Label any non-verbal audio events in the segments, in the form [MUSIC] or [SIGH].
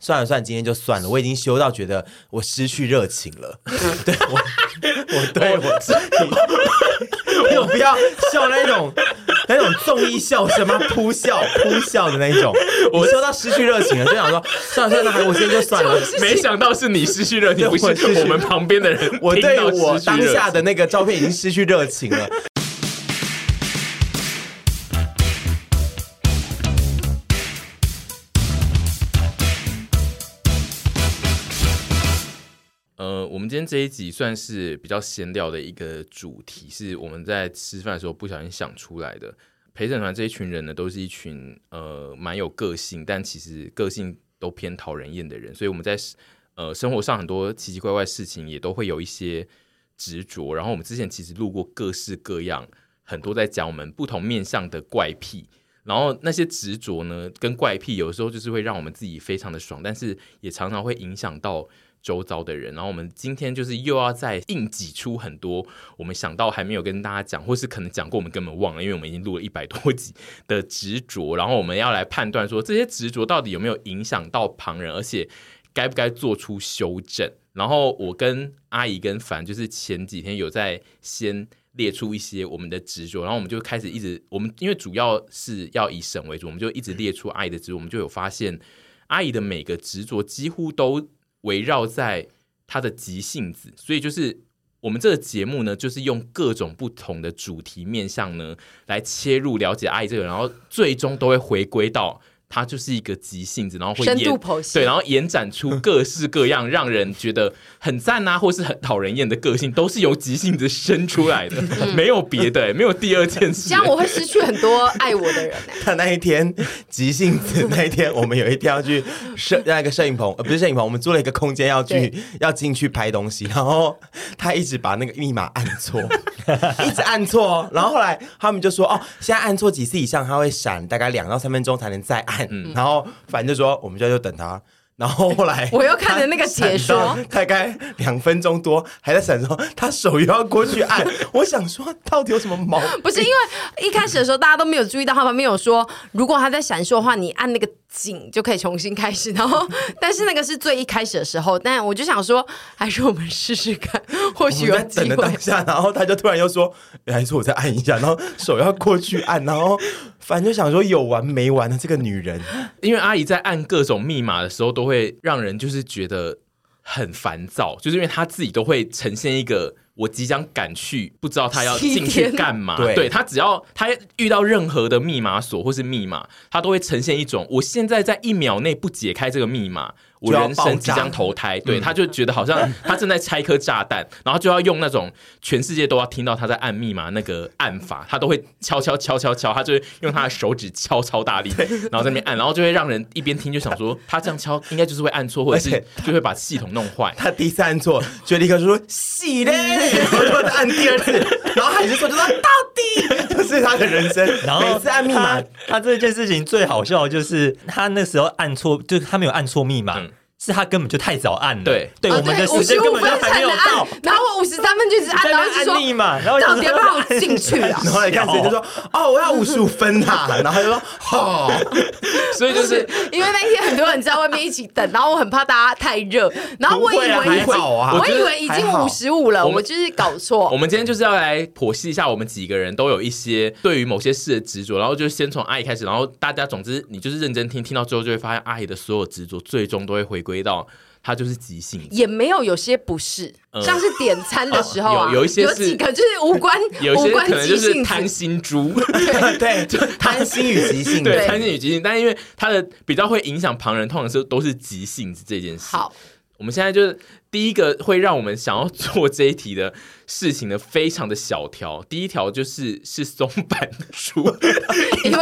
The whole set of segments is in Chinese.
算了算了，今天就算了，我已经修到觉得我失去热情 [LAUGHS] 了。对我，我对我自己 [LAUGHS] 有必要笑那种那种综艺笑声吗？扑笑扑笑的那一种， [LAUGHS] 我修到失去热情了，就想说算了算了，还我今天就算 [LAUGHS] 了。 [LAUGHS] 没想到是你失去热情，不是我失去我们旁边的人。 [LAUGHS] 我对我当当下下的那个照片已经失去热情了。呃，我们今天这一集算是比较闲聊的一个主题，是我们在吃饭的时候不小心想出来的。陪审团这一群人呢，都是一群呃蛮有个性，但其实个性都偏讨人厌的人，所以我们在呃生活上很多奇奇怪怪的事情也都会有一些执着。然后我们之前其实录过各式各样很多在讲我们不同面向的怪癖，然后那些执着呢，跟怪癖有时候就是会让我们自己非常的爽，但是也常常会影响到周遭的人。然后我们今天就是又要再硬挤出很多我们想到还没有跟大家讲，或是可能讲过我们根本忘了，因为我们已经录了一百多集的执着。然后我们要来判断说这些执着到底有没有影响到旁人，而且该不该做出修正。然后我跟阿姨跟凡就是前几天有在先列出一些我们的执着，然后我们就开始一直我们因为主要是要以省为主，我们就一直列出阿姨的执着，我们就有发现阿姨的每个执着几乎都围绕在她的急性子，所以就是。我们这个节目呢，就是用各种不同的主题面向呢来切入了解阿姨这个人，然后最终都会回归到她就是一个急性子，然后会深延度剖析对，然后延展出各式各样让人觉得很赞啊，或是很讨人厌的个性，都是由急性子生出来的，没有别的、没有第二件事、这嗯样我会失去很多爱我的人、欸。他那一天急性子那一天，我们有一天要去摄那个摄影棚，呃，不是摄影棚，我们租了一个空间要去对要进去拍东西，然后他一直把那个密码按错，一直按错哦，然后后来他们就说哦，现在按错几次以上，他会闪大概两到三分钟才能再按，然后反正就说我们就就等他。然后后来 [LAUGHS] 我又看了那个解说他闪到大概两分钟多，还在闪说他手又要过去按，我想说到底有什么毛病？不是因为一开始的时候大家都没有注意到，他旁边有说，如果他在闪烁的话，你按那个紧就可以重新开始。然后，但是那个是最一开始的时候，但我就想说，还是我们试试看，或许我有们在机等的会哦当。下，然后他就突然又说：“哎还是我再按一下。”然后手要过去按，然后反正就想说有完没完的这个女人，因为阿姨在按各种密码的时候，都会让人就是觉得很烦躁，就是因为她自己都会呈现一个我即将赶去，不知道她要进去 [LAUGHS] 干嘛。七天对她只要她遇到任何的密码锁或是密码，她都会呈现一种我现在在一秒内不解开这个密码。我就要人生即爆炸将投胎，对，她就觉得好 [LAUGHS] 像她正在拆一颗炸弹，然后就要用那种全世界都要听到她在按密码那个按法，她都会敲敲敲敲敲，她就会用她的手指敲超大力，然后在那边按，然后就会让人一边听就想说，她这样敲应该就是会按 [LAUGHS] 错，或者而是且就会把系统弄 [LAUGHS] 坏。她第一次按错，就立刻说“洗嘞”，然后就按第二次，然后还是错，就说“到底”，就是她的人生。 [LAUGHS] 然后每次按密码他，他这件事情最好笑的就是他那时候按错，就是他没有按错密码，嗯是他根本就太早按了。对对，哦啊我们的对时间55根本分就还没有才能到按，然后我五十三分就一直按，在然那后一直边说按密码，然后到想底说要不要我进 [LAUGHS] 去啊？ [LAUGHS] 然后来看谁就说：“哦，我要五十五分呐、然后就说：“好、哦。”所以就是 [LAUGHS] 因为那天很多人在外面一起等，然后我很怕大家太热，然后我以为不会啊已还好经，啊我以为我已觉经得还好五十五了，我们我就是搞 [LAUGHS] 错我。们今天就是要来剖析一下，我们几个人都有一些对于某些事的执着，然后就先从阿姨开始，然后大家总之你就是认真听，听到最后就会发现阿姨的所有执着最终都会回归到他就是急性子。也没有有些不是，像是点餐的时候啊，嗯哦有有一些是几个就是无关 [LAUGHS] 有无些关可能急就是性贪子，心猪， [LAUGHS] 对，就贪心与急性子，对对贪心与急性，但因为他的比较会影响旁人，通常是都是急性子这件事。好，我们现在就是第一个会让我们想要做这一题的事情的非常的小条，第一条就是是松板猪，因为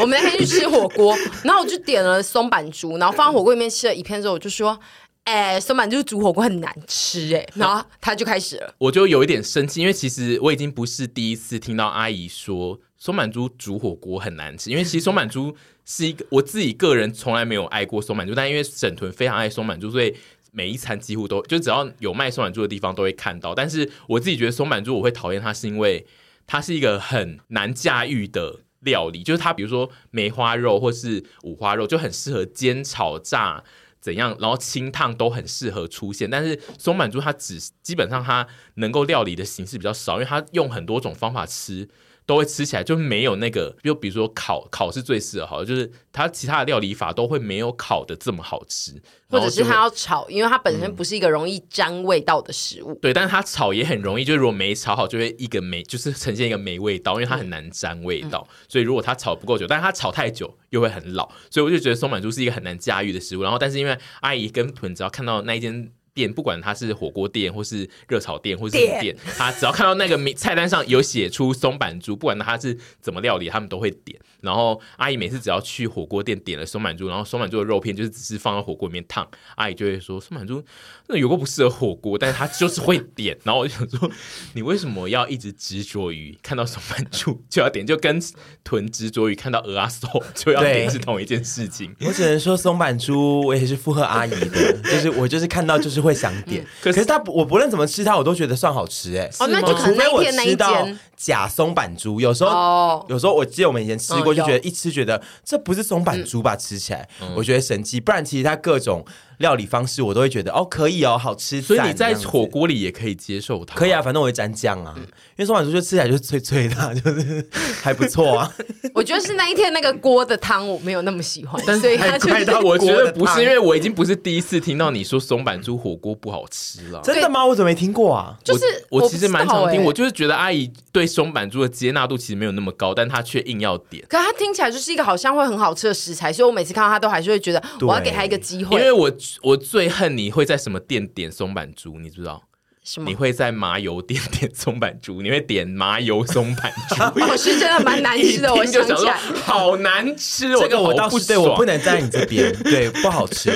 我们那天去吃火 [LAUGHS] 锅，然后我就点了松板猪，然后放到火锅里面吃了一片之后，我就说。哎、松板猪煮火锅很难吃哎、然后他就开始了，我就有一点生气，因为其实我已经不是第一次听到阿姨说松板猪煮火锅很难吃，因为其实松板猪是一个我自己个人从来没有爱过松板猪，但因为沈屯非常爱松板猪，所以。每一餐几乎都就只要有卖松板猪的地方都会看到，但是我自己觉得松板猪我会讨厌它，是因为它是一个很难驾驭的料理，就是它比如说梅花肉或是五花肉就很适合煎、炒、炸怎样，然后清烫都很适合出现。但是松板猪它只基本上它能够料理的形式比较少，因为它用很多种方法吃。都会吃起来就没有那个，就比如说烤烤是最适合好的，就是它其他的料理法都会没有烤的这么好吃，或然后者是就会嗯他要炒，因为它本身不是一个容易沾味道的食 [LAUGHS] 物。对，但是它炒也很容易，就是如果没炒好，就会一个没，就是呈现一个没味道，因为它很难沾味道。所以如果它炒不够久，但是它炒太久又会很老，所以我就觉得松板猪是一个很难驾驭的食物。然后，但是因为阿姨跟屯只要看到那一间。店不管它是火锅店或是热炒店或是什么店，他只要看到那个名菜单上有写出松板猪，不管它是怎么料理，他们都会点。然后阿姨每次只要去火锅店点了松板猪，然后松板猪的肉片就是只是放到火锅里面烫，阿姨就会说松板猪那有个不适合火锅，但是他就是会点。然后我就想说，你为什么要一直执着于看到松板猪就要点，就跟豚执着于看到鹅阿寿 [LAUGHS] 就要点对是同一件 [LAUGHS] 事情？我只能说松板猪，我也是附和阿姨的，就是我就是看到就是会想点，可是它不我不论怎么吃它，我都觉得算好吃哎、嗯哦，那吗就可除能非那我一天那吃一到间假松板猪，有时候、哦有时候我记得我们以前吃过，嗯就觉得有嗯一吃觉得这不是松板猪吧，吃起来嗯我觉得神奇。不然其实它各种料理方式我都会觉得哦可以哦，好吃。所以你赞在这样子火锅里也可以接受它，可以啊，反正我会沾酱嗯啊，因为松板猪就吃起来就是脆脆的啊，就是还不错 [LAUGHS] 啊。我觉得是那一天那个锅的汤我没有那么喜欢，但所以是他太就是快到，我觉锅得的不汤是，因为我已经不是第一次听到你说松板猪火锅不好吃了。真的吗？我怎么没听过啊？就是我我其不实知蛮道常听，欸我就是觉得阿姨对松板猪的接纳度其实没有那么高，但她却硬要点。可它听起来就是一个好像会很好吃的食材，所以我每次看到它都还是会觉得我要给它一个机因会。为我我最恨你会在什么店点松板猪，你知不知道？什么你？会在麻油店点松板猪，你会点麻油松板 [LAUGHS] 猪，我哦是真的蛮难吃 [LAUGHS] 的，一我听就想想起说来。好难吃， [LAUGHS] 哦这个我我倒不是对我不能能站你这 [LAUGHS] 边，对，不好吃。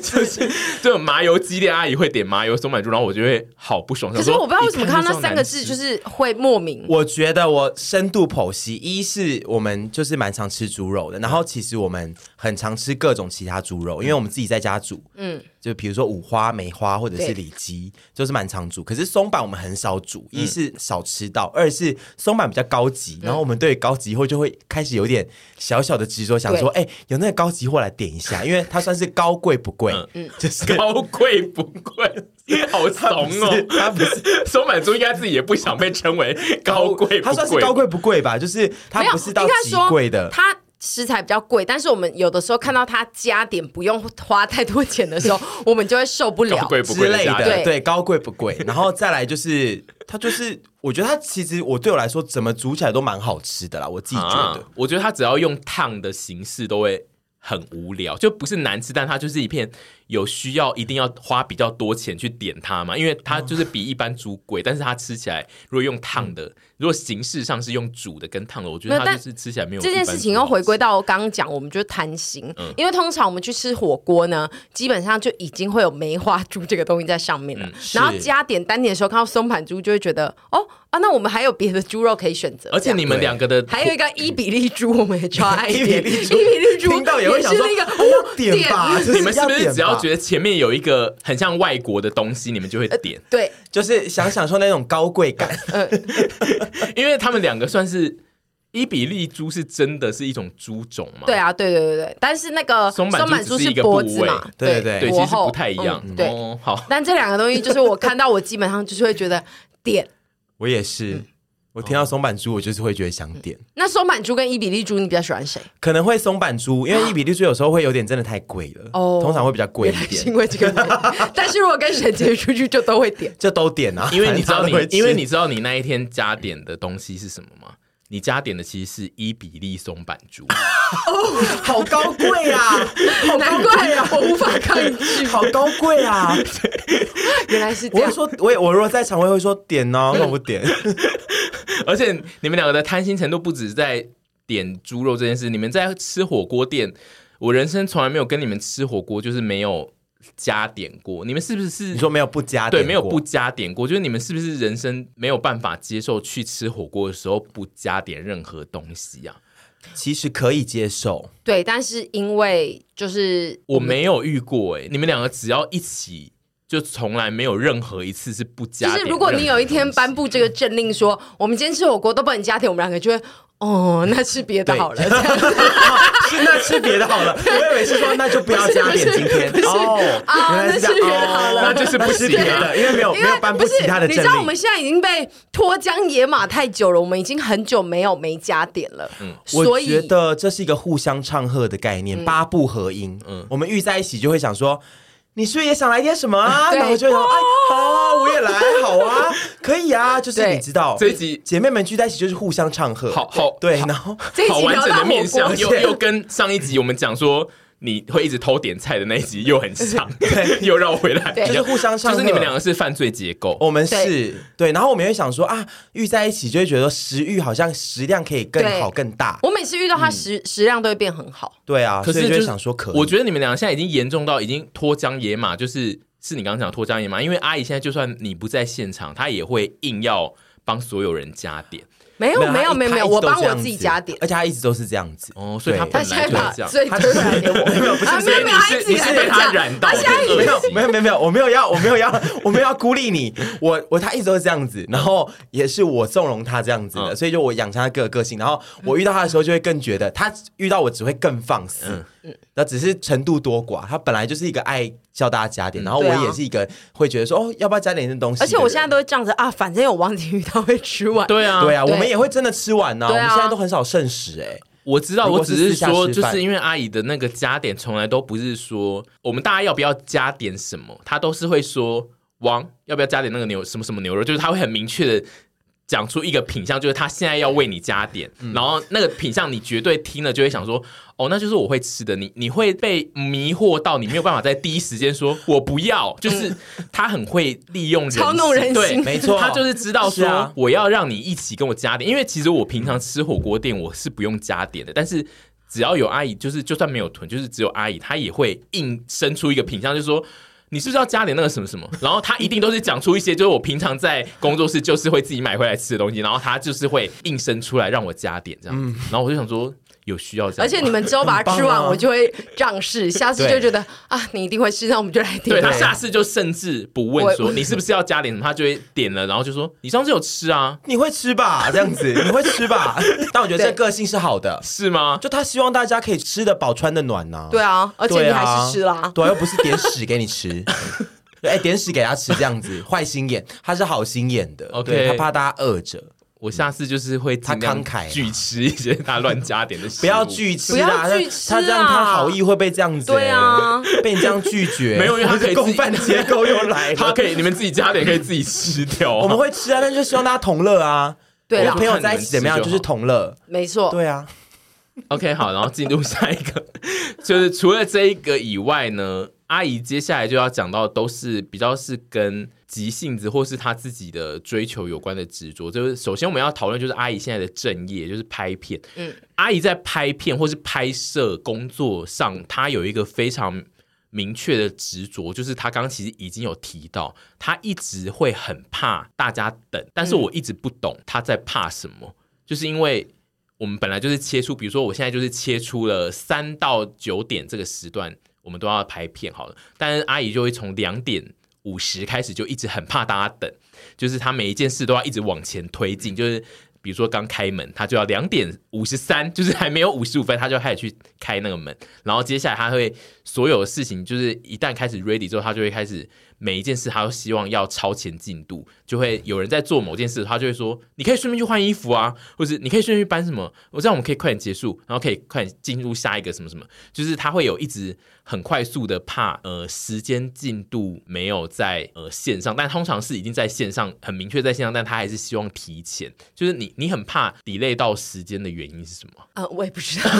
这种麻油鸡店阿姨会点麻油松板猪，然后我就会好不爽。可是我不知道为什么看到那三个字是。就是会莫名。我觉得我深度剖析，一是我们就是蛮常吃猪肉的，然后其实我们很常吃各种其他猪肉，因为我们自己在家煮，嗯，就比如说五花、梅花或者是对里脊，就是蛮常煮。可是松板我们很少煮，一是少吃到，二是松板比较高级，然后我们对高级货就会开始有点小小的执着，想说，哎、有那个高级货来点一下，因为它算是高贵不贵，嗯，就是 [LAUGHS] 高贵不贵，好怂哦！它 [LAUGHS] 不是松板猪应该自己也不想被称为高贵不它算是贵，高贵不贵吧？就是它没有，不是到应该极说贵的。它食材比较贵，但是我们有的时候看到它加点不用花太多钱的时候，我们就会受不高了。贵不贵之类家的，庭对对，高贵不贵。 [LAUGHS] 然后再来就是，它就是，我觉得它其实我对我来说，怎么煮起来都蛮好吃的啦，我自己觉得啊。，我觉得它只要用烫的形式都会很无聊，就不是难吃，但它就是一片有需要一定要花比较多钱去点它嘛，因为它就是比一般猪贵，但是它吃起来如果用烫嗯的，如果形式上是用煮的跟烫的，我觉得没有它但就是吃起来没有这件一般事猪情又好吃回归到我刚刚讲，我们就是贪心，嗯因为通常我们去吃火锅呢，基本上就已经会有梅花猪这个东西在上面了。嗯然后加点单点的时候，看到松板猪就会觉得，哦啊，那我们还有别的猪肉可以选择。而且你们两个的这样还有一个伊比利猪，我们也超爱伊点。比利猪伊比利猪听到也会 [LAUGHS] 想说，也是哎那哦个哦要点点吧，你就 [LAUGHS] 你们是不点是吧只要觉得前面有一个很像外国的东西，你们就呃会点？对，就是想享受那种高贵 [LAUGHS] 感？因为他们两个算是伊比利猪，是真的是一种猪种嘛？对啊，对对对对，但是那个松板猪板只猪是一个脖部子位嘛，对对对，脖其实后不太一样。嗯对，哦，好，但这两个东西就是我看到，我基本上就是会觉得点。我也是，我听到松板猪，我就是会觉得想点，那松板猪跟伊比利猪，你比较喜欢谁？可能会松板猪，因为伊比利猪有时候会有点真的太贵了，哦通常会比较贵原来一是因点，为这个 [LAUGHS] 原因，但是如果跟沈杰出去就都会点。就都点啊，因为你知 [LAUGHS] 道反正你他都会，吃因为你知道你那一天加点的东西是什么吗？你加点的其实是伊比利松板猪， [LAUGHS] 好高贵啊，难怪我无法抗拒，好高贵啊！原来是这我样会。说，我也我如果在场，我也会说点呢、嗯为什么不点？而且你们两个的贪心程度不止在点猪肉这件事，你们在吃火锅店，我人生从来没有跟你们吃火锅就是没有加点过。你们是不是你说没有不加点对过没有不加点过？就是你们是不是人生没有办法接受去吃火锅的时候不加点任何东西啊？其实可以接受，对，但是因为就是我没有遇过哎、你们两个只要一起。就从来没有任何一次是不加就点。是如果你有一天颁，布这个政令说，我们今天吃火锅都不能加甜，我们两个就会哦，那吃别的好了。这样子 [LAUGHS] 是那吃别的好了。我以为是说那就不要加点今天哦，啊原来是这那吃别样的好哦，了那就是不吃行别的，因为没有因没有为颁 [LAUGHS] 不布是其他的你知政道我们令。现在已经被脱缰野马太久了，我们已经很久没有没加点了，所嗯我以觉得这是一个互相唱和的概念，八不合音。嗯，我们遇在一起就会想说，你是不是也想来点什么啊？对然后就会想，哎，好啊，我也来，好啊，可以啊，就是对你知道，这一集姐妹们聚在一起就是互相唱和，好好对，然后这一好集完聊整到的火面锅相，又对又跟上一集我们讲说你会一直偷点菜的那一集又很像， [LAUGHS] 又绕回来，对就是互相唱和，就是你们两个是犯罪结构。我们对是对，然后我们也会想说啊，遇在一起就会觉得食欲好像食量可以更对好更大，我每次遇到它食、食量都会变很好。对啊，可所以就是就会是想说可以，我觉得你们俩现在已经严重到已经脱缰野马，就是是你刚刚讲的脱缰野马，因为阿姨现在就算你不在现场，她也会硬要帮所有人加点没有没有他没有他没有，一我直都帮这我样自己子加点。而且他一直都是这样子。哦，所以她对他本现来在就会把这样。最推出来给我，没有不啊，没有没有，你他是自己你是来被讲她染到他的现在恶 [LAUGHS] 没有习没有没有没有，我没有要我 [LAUGHS] 没有要我没有要孤立你，我我他一直都是这样子，然后也是我纵容他这样子的，嗯所以就我养成他各个个性，然后我遇到他的时候就会更觉得他遇到我只会更放肆，嗯那只是程度多寡，他本来就是一个爱教大家加嗯点，然后我对啊也是一个会觉得说哦要不要加点这东西的而人，且我现在都会这样子啊，反正有王景宇他会吃完。对啊，对啊，对我们也会真的吃完呐、对我啊们现在都很少剩食哎、我知道，如果我只是是私下说，吃就饭是因为阿姨的那个加点，从来都不是说我们大家要不要加点什么，她都是会说王要不要加点那个牛什么什么牛肉，就是她会很明确的讲出一个品相，就是她现在要为你加点，嗯然后那个品相你绝对听了就会想说，哦，那就是我会吃的，你你会被迷惑到，你没有办法在第一时间说我不要，就是她很会利用 [LAUGHS] 人性操弄人心对没错他就是知道是啊说我要让你一起跟我加点，因为其实我平常吃火锅店我是不用加点的，但是只要有阿姨，就是就算没有囤，就是只有阿姨，她也会硬生出一个品相，就是说。你是不是要加点那个什么什么？然后她一定都是讲出一些，就是我平常在工作室就是会自己买回来吃的东西，然后她就是会硬生出来让我加点这样。然后我就想说，有需要这样吗？嗯而且你们之后把它吃很完，棒啊我就会仗势，下次就觉得啊，你一定会吃，那我们就来点对吧。他下次就甚至不问我说你是不是要加点什么，他就会点了，然后就说你上次有吃啊，你会吃吧？这样子，你会吃吧？ [LAUGHS] 但我觉得这个个性是好的，是吗？就他希望大家可以吃得饱、穿得暖呐、对啊，而且对你啊还是吃啦。对啊，又不是点屎给你吃。 [LAUGHS] 哎、点屎给他吃，这样子坏心眼，他是好心眼的。 OK 对他怕大家饿着，我下次就是会尽量他慷慨啊拒吃一些他乱加点的食物， [LAUGHS] 不要拒吃啦。不要拒吃啊他他这样，他好意会被这样子、欸对啊，被你这样拒绝，没有因为他可以自己共犯结构又来了。 [LAUGHS] 他可以你们自己加点，可以自己吃掉、 [LAUGHS] 我们会吃啊，但就希望大家同乐啊。对我啦们朋，友在一起怎么样，就就好是同乐。没错。对 [LAUGHS] 啊， OK 好，然后进入下一个，就是除了这一个以外呢，阿姨接下来就要讲到都是比较是跟急性子或是她自己的追求有关的执着。就是首先我们要讨论就是阿姨现在的正业就是拍片，嗯，阿姨在拍片或是拍摄工作上，她有一个非常。明确的执着，就是她刚刚其实已经有提到，她一直会很怕大家等，但是我一直不懂她在怕什么，就是因为我们本来就是切出，比如说我现在就是切出了三到九点这个时段，我们都要拍片好了。但是阿姨就会从两点五十开始就一直很怕大家等，就是她每一件事都要一直往前推进，就是。比如说刚开门，她就要两点五十三， [LAUGHS] 就是还没有五十五分，她就开始去开那个门。然后接下来她会所有的事情，就是一旦开始 ready 之后，她就会开始每一件事他都希望要超前进度，就会有人在做某件事，他就会说你可以顺便去换衣服啊，或者你可以顺便去搬什么，我这样我们可以快点结束，然后可以快点进入下一个什么什么，就是他会有一直很快速的怕呃时间进度没有在呃线上，但通常是已经在线上很明确在线上，但他还是希望提前，就是你你很怕 delay 到时间的原因是什么？呃，我也不知道，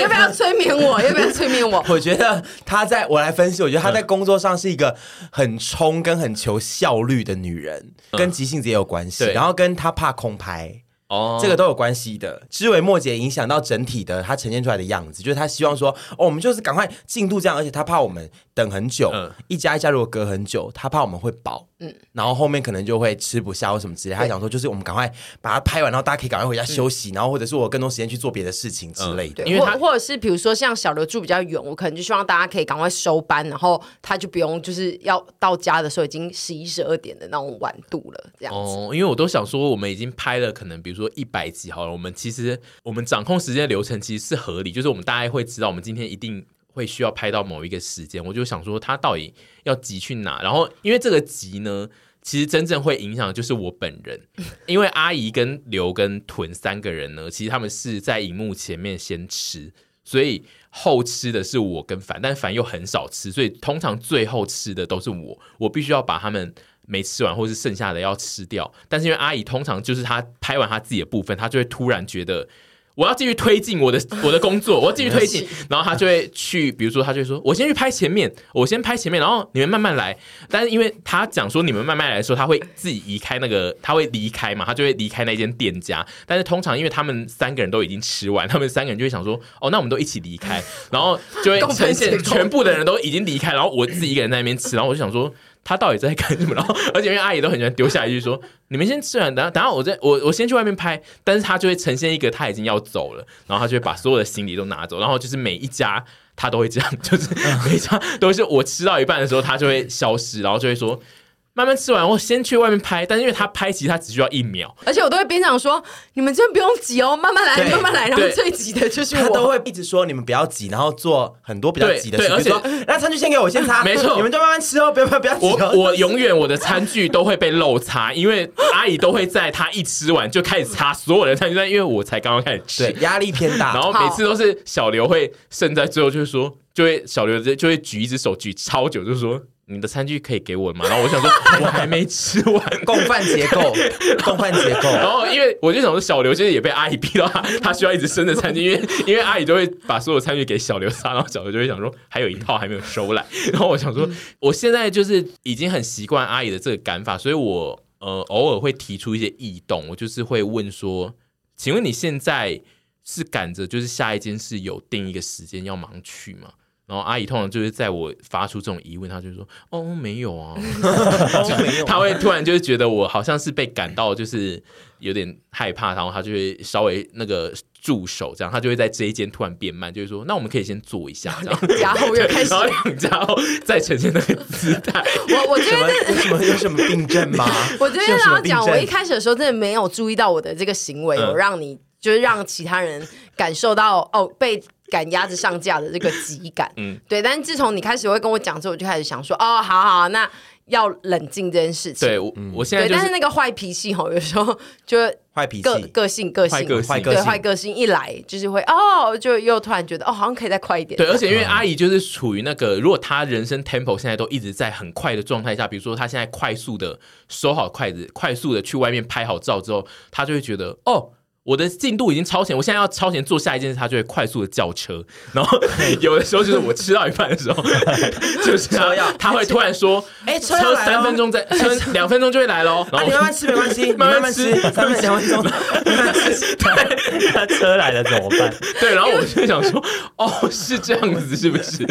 要不要催眠我？要不要催眠我？我觉得她在我来分析，我觉得嗯她在工作上是一个很冲跟很求效率的女人，跟急性子也有关系，嗯对然后跟她怕空拍。哦这个都有关系的，枝微末节影响到整体的他呈现出来的样子，就是他希望说，哦，我们就是赶快进度这样，而且他怕我们等很久，嗯一家一家如果隔很久，他怕我们会饱，嗯，然后后面可能就会吃不下或什么之类，他想说就是我们赶快把它拍完，然后大家可以赶快回家休息，然后或者是我有更多时间去做别的事情之类的。因为或他或者是比如说像小刘住比较远，我可能就希望大家可以赶快收班，然后他就不用就是要到家的时候已经十一十二点的那种晚度了，这样子。哦，因为我都想说，我们已经拍了可能比如说一百集好了，我们其实我们掌控时间的流程其实是合理，就是我们大概会知道我们今天一定。会需要拍到某一个时间，我就想说他到底要急去哪？然后因为这个急呢，其实真正会影响的就是我本 [LAUGHS] 人，因为阿姨跟刘跟屯三个人呢，其实他们是在荧幕前面先吃，所以后吃的是我跟凡，但凡又很少吃，所以通常最后吃的都是我，我必须要把他们没吃完或是剩下的要吃掉。但是因为阿姨通常就是她拍完她自己的部分，她就会突然觉得。我要继续推进我的我的工作，我要继续推进，然后她就会去，比如说她就会说，我先去拍前面，我先拍前面，然后你们慢慢来。但是因为她讲说你们慢慢来的时候，她会自己移开那个，她会离开嘛，她就会离开那间店家。但是通常因为他们三个人都已经吃完，他们三个人就会想说，哦，那我们都一起离开，然后就会共呈存结现构全部的人都已经离开，然后我自己一个人在那边吃，然后我就想说。他到底在干什么？然后，而且因为阿姨都很喜欢丢下一句说：“你们先吃完，等下等下我再我我先去外面拍。”但是他就会呈现一个他已经要走了，然后他就会把所有的行李都拿走，然后就是每一家他都会这样，就是每一家都是我吃到一半的时候他就会消失，然后就会说。慢慢吃完，我先去外面拍。但是因为他拍，其实他只需要一秒，而且我都会边想说，你们真的不用急哦，慢慢来，对慢慢来。然后对最急 [LAUGHS] 的就是他都我。会一直说你们不要急，然后做很多比较对急的对事，比如而说，那餐具先给我，我先擦，没错你们就慢慢吃哦，不要不要不要急哦我我永远我的餐具都会被漏擦，因为阿姨都会在她一吃完就开始擦所有的餐具，但因为我才刚刚开始吃对，压力偏大，然后每次都是小刘会剩在最后，就是说，就会小刘就就会举一只手举超久，就是说你的餐具可以给我吗？然后我想说我还没吃完。共犯结 [LAUGHS] 构，共犯结构。然后，因为我就想说，小刘就是也被阿姨逼到他， [LAUGHS] 他需要一直伸着餐具，因为因为阿姨都会把所有餐具给小刘撒，然后小刘就会想说，还有一套还没有收来。然后我想说，我现在就是已经很习惯阿姨的这个赶法，所以我呃偶尔会提出一些异动，我就是会问说，请问你现在是赶着就是下一件事有定一个时间要忙去吗？然后阿姨通常就是在我发出这种疑问，她就说：“哦，没有啊，没有。”她会突然就是觉得我好像是被赶到，就是有点害怕，然后她就会稍微那个助手这样，她就会在这一间突然变慢，就是说：“那我们可以先坐一下。”这样，然后我又开始然，后两家后再呈现那个姿态。我我这什么有边什么有什么病症 [LAUGHS] 吗？我这边是有什么要讲，病症我一开始的时候真的没有注意到我的这个行为，我让你就是让其他人感受到哦被赶鸭子上架的这个极感。嗯，对。但是自从你开始会跟我讲之后，我就开始想说，哦，好好，那要冷静这件事情。对我，我现在对，就但是是那个坏脾气吼，有时候 [LAUGHS] 就坏脾个气，个性个坏性个性坏个对性坏个性一来就是会哦，就又突然觉得哦，好像可以再快一点。对，而且因嗯为阿姨就是处于那个，如果她人生 tempo 现在都一直在很快的状态下，比如说她现在快速的收好筷子，快速的去外面拍好照之后，她就会觉得哦。我的进度已经超前，我现在要超前做下一件事，她就会快速的叫车。然后 [LAUGHS] 有的时候就是我吃到一半的 [LAUGHS] 时候，就是她车要她会突然说：“哎车要车来三咯分 [LAUGHS] 钟在，车两分钟就会来喽。”然啊，后你我慢慢吃没 [LAUGHS] 关系，你慢慢吃，慢慢吃三分两分钟，慢慢吃。他车来了怎么办？对，然后我就想说：“哦，是这样子，是不是？”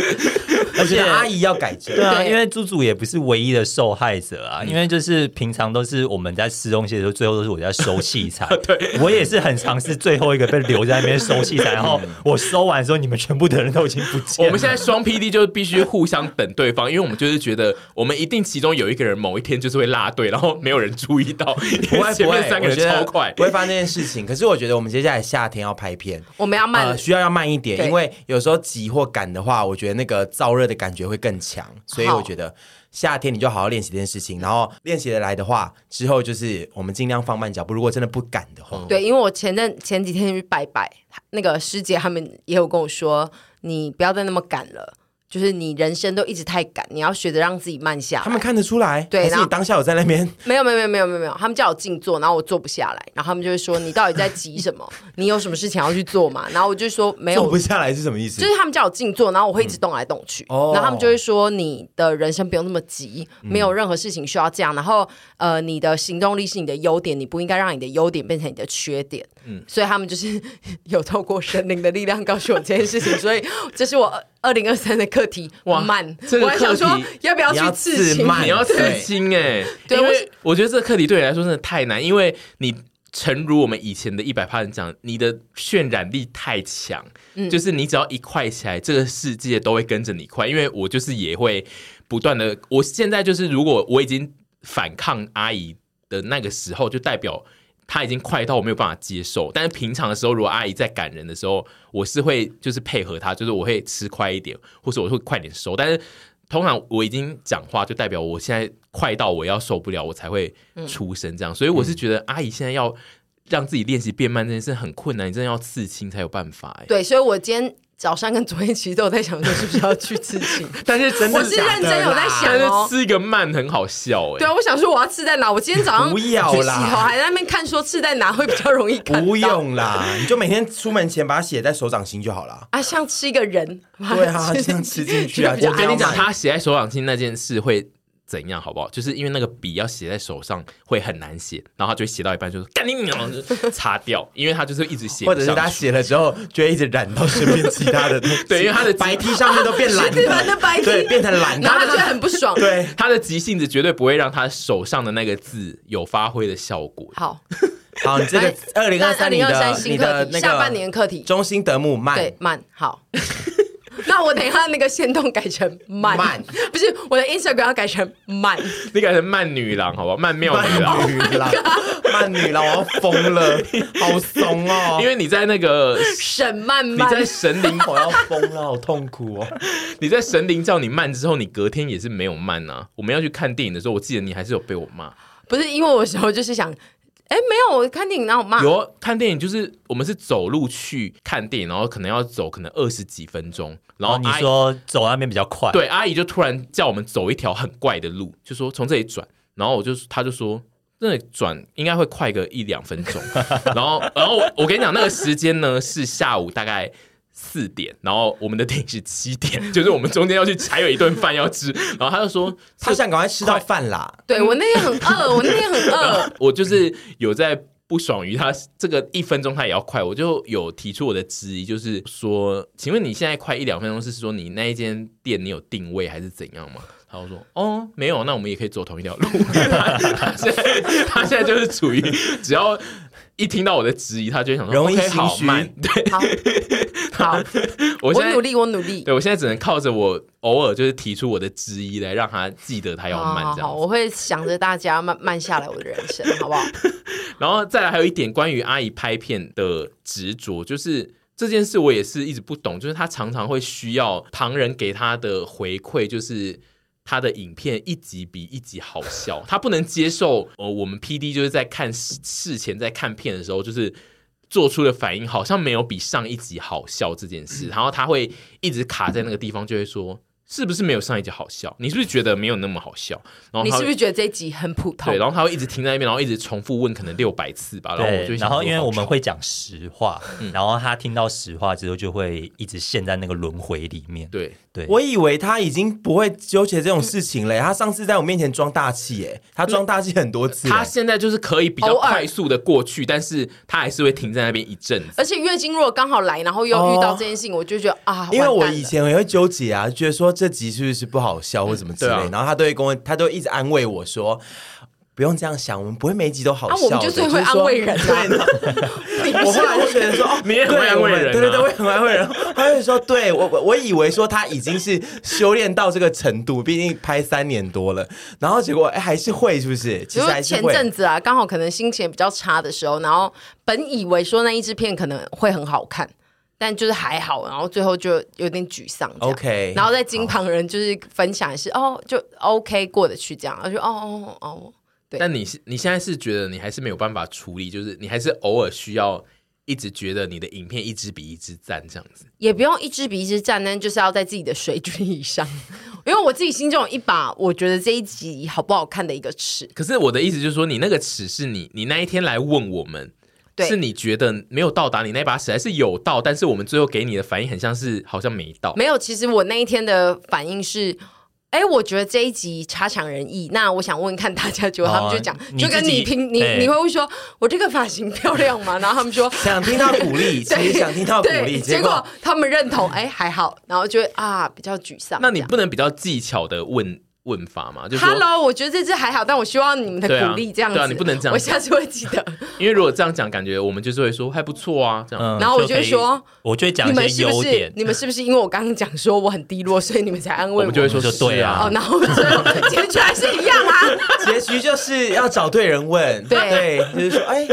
而且阿姨要改正对，啊，对嗯因为猪猪也不是唯一的受害者啊，因为就是平常都是我们在吃东西的时候，最后都是我在收器材。对，我也是很尝试最后一个被留在那边收器材，然后我收完之后，你们全部的人都已经不见了。我们现在双 PD 就是必须互相等对方，因为我们就是觉得我们一定其中有一个人某一天就是会落队，然后没有人注意到，[LAUGHS] 不因为会 [LAUGHS] 前不面会，三个我人觉得超快不。会发生这件事情。可是我觉得我们接下来夏天要拍片，我们要慢呃，需要要慢一点，对因为有时候急或赶的话，我觉得那个燥热的感觉会更强，所以好我觉得夏天你就好好练习这件事情，然后练习得来的话，之后就是我们尽量放慢脚步。如果真的不赶的话，对，因为我前阵前几天去拜拜，那个师姐他们也有跟我说，你不要再那么赶了，就是你人生都一直太赶，你要学着让自己慢下来。他们看得出来，对还是然你后当下有在那边，没有没有没有没有没有没有，他们叫我静坐，然后我坐不下来，然后他们就会说你到底在急什么？你有什么事情要去做嘛？然后我就说没 [LAUGHS] 有坐，不下来是什么意思就？是他们叫我静坐，然后我会一直动来动去，哦嗯然后他们就会说你的人生不用那么急，没有任何事情需要这样。然后呃，你的行动力是你的优点，你不应该让你的优点变成你的缺点。嗯，所以他们就是 [LAUGHS] 有透过神灵的力量告诉我这件 [LAUGHS] 事情，所以这是我二零二三的课题。哇慢，这个我还想课说题要不要你要去自刺青？慢你要对刺青哎，对因我为是我觉得这个课题对你来说真的太难，因为你诚如我们以前的一百趴人讲，你的渲染力太强，就是你只要一快起来，这个世界都会跟着你快。因为我就是也会不断的，我现在就是如果我已经反抗阿姨的那个时候，就代表。她已经快到我没有办法接受，但是平常的时候，如果阿姨在赶人的时候，我是会就是配合她，就是我会吃快一点，或者我会快点收。但是通常我已经讲话，就代表我现在快到我要受不了，我才会出声嗯这样。所以我是觉得阿姨现在要让自己练习变慢这件事很困难，你真的要刺青才有办法哎、对，所以我今天早上跟昨天其实都有在想说是不是要去刺青。但是 [LAUGHS] 真的我是假的认真有在啦想但哦是吃一个慢很好笑哎、对啊，我想说我要刺在哪？我今天早 [LAUGHS] 上不要去洗啦头还在那边看说刺在哪会比较容易看到。 [LAUGHS] 不用啦，你就每天出门前把它写在手掌心就好了。啊，像吃一个人，对 [LAUGHS] 啊，这样吃进去啊！这就个这比较我样跟你讲，买他写在手掌心那件事会怎样，好不好？就是因为那个笔要写在手上会很难写，然后他就会写到一半就说“干你娘”，就擦掉，因为他就是一直写不或上者去，是他写了之后，就会一直染到身边其他的东西。对因为他的白 T 上面都变蓝 [LAUGHS] 是吧那白 T 对，变成蓝然后的。他觉得很不爽。对，他的急性子绝对不会让他手上的那个字有发挥的效果。好，好，你这个二零那二二三零你二三的新你课的题，那个下半年课题，中心德牧慢对，慢好。 [LAUGHS] 那我等一下那个线动改成慢，慢 [LAUGHS] 不是我的 Instagram 要改成慢，你改成慢女郎，好不好？慢妙女 [LAUGHS] 郎。哦慢女郎，慢女郎，我要疯了，好怂哦！因为你在那个， [LAUGHS] 沈慢你慢在。神灵，我要疯了，好痛苦哦！你在神灵叫你慢之后，你隔天也是没有慢啊。我们要去看电影的时候，我记得你还是有被我骂。不是因为我有时候就是想，哎，没有，我看电影然后骂，有啊看电影就是我们是走路去看电影，然后可能要走可能二十几分钟，然然后后哦你阿姨说走那边比较快，对阿姨就突然叫我们走一条很怪的路，就说从这里转，然后我就她就说。那里转应该会快个一两分钟， [LAUGHS] 然后，然后我我跟你讲，那个时间呢是下午大概四点，然后我们的电影是七点，就是我们中间要去还有一顿饭要吃，然后他就说他想赶快吃到饭啦，对我那天很饿，我那天很 [LAUGHS] 饿，我就是有在不爽于他这个一分钟他也要快，我就有提出我的质疑，就是说，请问你现在快一两分钟是说你那一间店你有定位还是怎样吗？他就说：“哦，没有，那我们也可以走同一条路。 [LAUGHS] 他”他现在他现在就是处于只要一听到我的质疑，他就会想说：“容易 OK，心好虚 [LAUGHS] 慢。”对，好，好，我我现在努力，我努力。对我现在只能靠着我偶尔就是提出我的质疑来让他记得他要慢好好这样好，子。我会想着大家慢慢下来我的人生，[LAUGHS] 好哦不好？然后再来还有一点关于阿姨拍片的执着，就是这件事我也是一直不懂，就是她常常会需要旁人给她的回馈，就是。她的影片一集比一集好笑，她不能接受。呃，我们 P D 就是在看事事前在看片的时候，就是做出的反应好像没有比上一集好笑这件事，然后她会一直卡在那个地方，就会说是不是没有上一集好笑？你是不是觉得没有那么好笑？然后你她会是不是觉得这一集很普通对，？然后他会一直停在那边，然后一直重复问，可能六百次吧。然后我就对，会然想后说因为好我们吵会讲实话，然后他听到实话之后就会一直陷在那个轮回里面。对，对，我以为他已经不会纠结这种事情了耶，他上次在我面前装大气，哎，他装大气很多次耶，他现在就是可以比较偶尔快速的过去，但是他还是会停在那边一阵子。而且月经如果刚好来，然后又遇到这件事情，我就觉得啊，因为完我蛋了以前也会纠结啊，觉得说这集是不是不好笑或什么之类，嗯对啊然后他都会跟我，他都一直安慰我说。不用这样想，我们不会每一集都好笑啊的。我们就最会是说安慰人啊对 [LAUGHS] 呢， [LAUGHS] 我后来就觉得说，哦，你也很会安慰人啊对我们对对对，我也很会安慰人。他就说，对我我我以为说他已经是修炼到这个程度，毕竟拍三年多了，然后结果哎还是会，是不是？其就实是还是前会。阵子啊，刚好可能心情也比较差的时候，然后本以为说那一支片可能会很好看，但就是还好，然后最后就有点沮丧这样。 OK，然后在经旁人就是分享也是哦，就 OK 过得去这样，然后就哦哦哦，对但你是你现在是觉得你还是没有办法处理，就是你还是偶尔需要一直觉得你的影片一支比一支赞这样子。也不用一支比一支赞，但就是要在自己的水准以上， [LAUGHS] 因为我自己心中有一把我觉得这一集好不好看的一个尺，可是我的意思就是说，你那个尺是你你那一天来问我们，对是你觉得没有到达你那把尺，还是有到？但是我们最后给你的反应很像是好像没到。没有，其实我那一天的反应是。哎，我觉得这一集差强人意。那我想问看大家，结果他们就讲，哦你就跟自己你拼，你哎你会问说，我这个发型漂亮吗？然后 [LAUGHS] 他们说，想听到鼓励，其 [LAUGHS] 对，实想听到鼓对励，结结果果他们认同，哎，还好，然后就会啊比较沮丧。那你这样不能比较技巧的问问法嘛？就是说 Hello，我觉得这支还好，但我希望你们的对啊鼓励这样子。对啊你不能这样我下次会记得。因为如果这样讲，感觉我们就是会说还不错啊，这样。嗯然后我就可以说，我就会讲你们一些是不优是点？，你们是不是因为我刚刚讲说我很低落，所以你们才安慰我？我们就会说我们就对啊哦，然后最后结局还是一样啊，结局就是要找对人问， [LAUGHS] 对对，就是说，哎，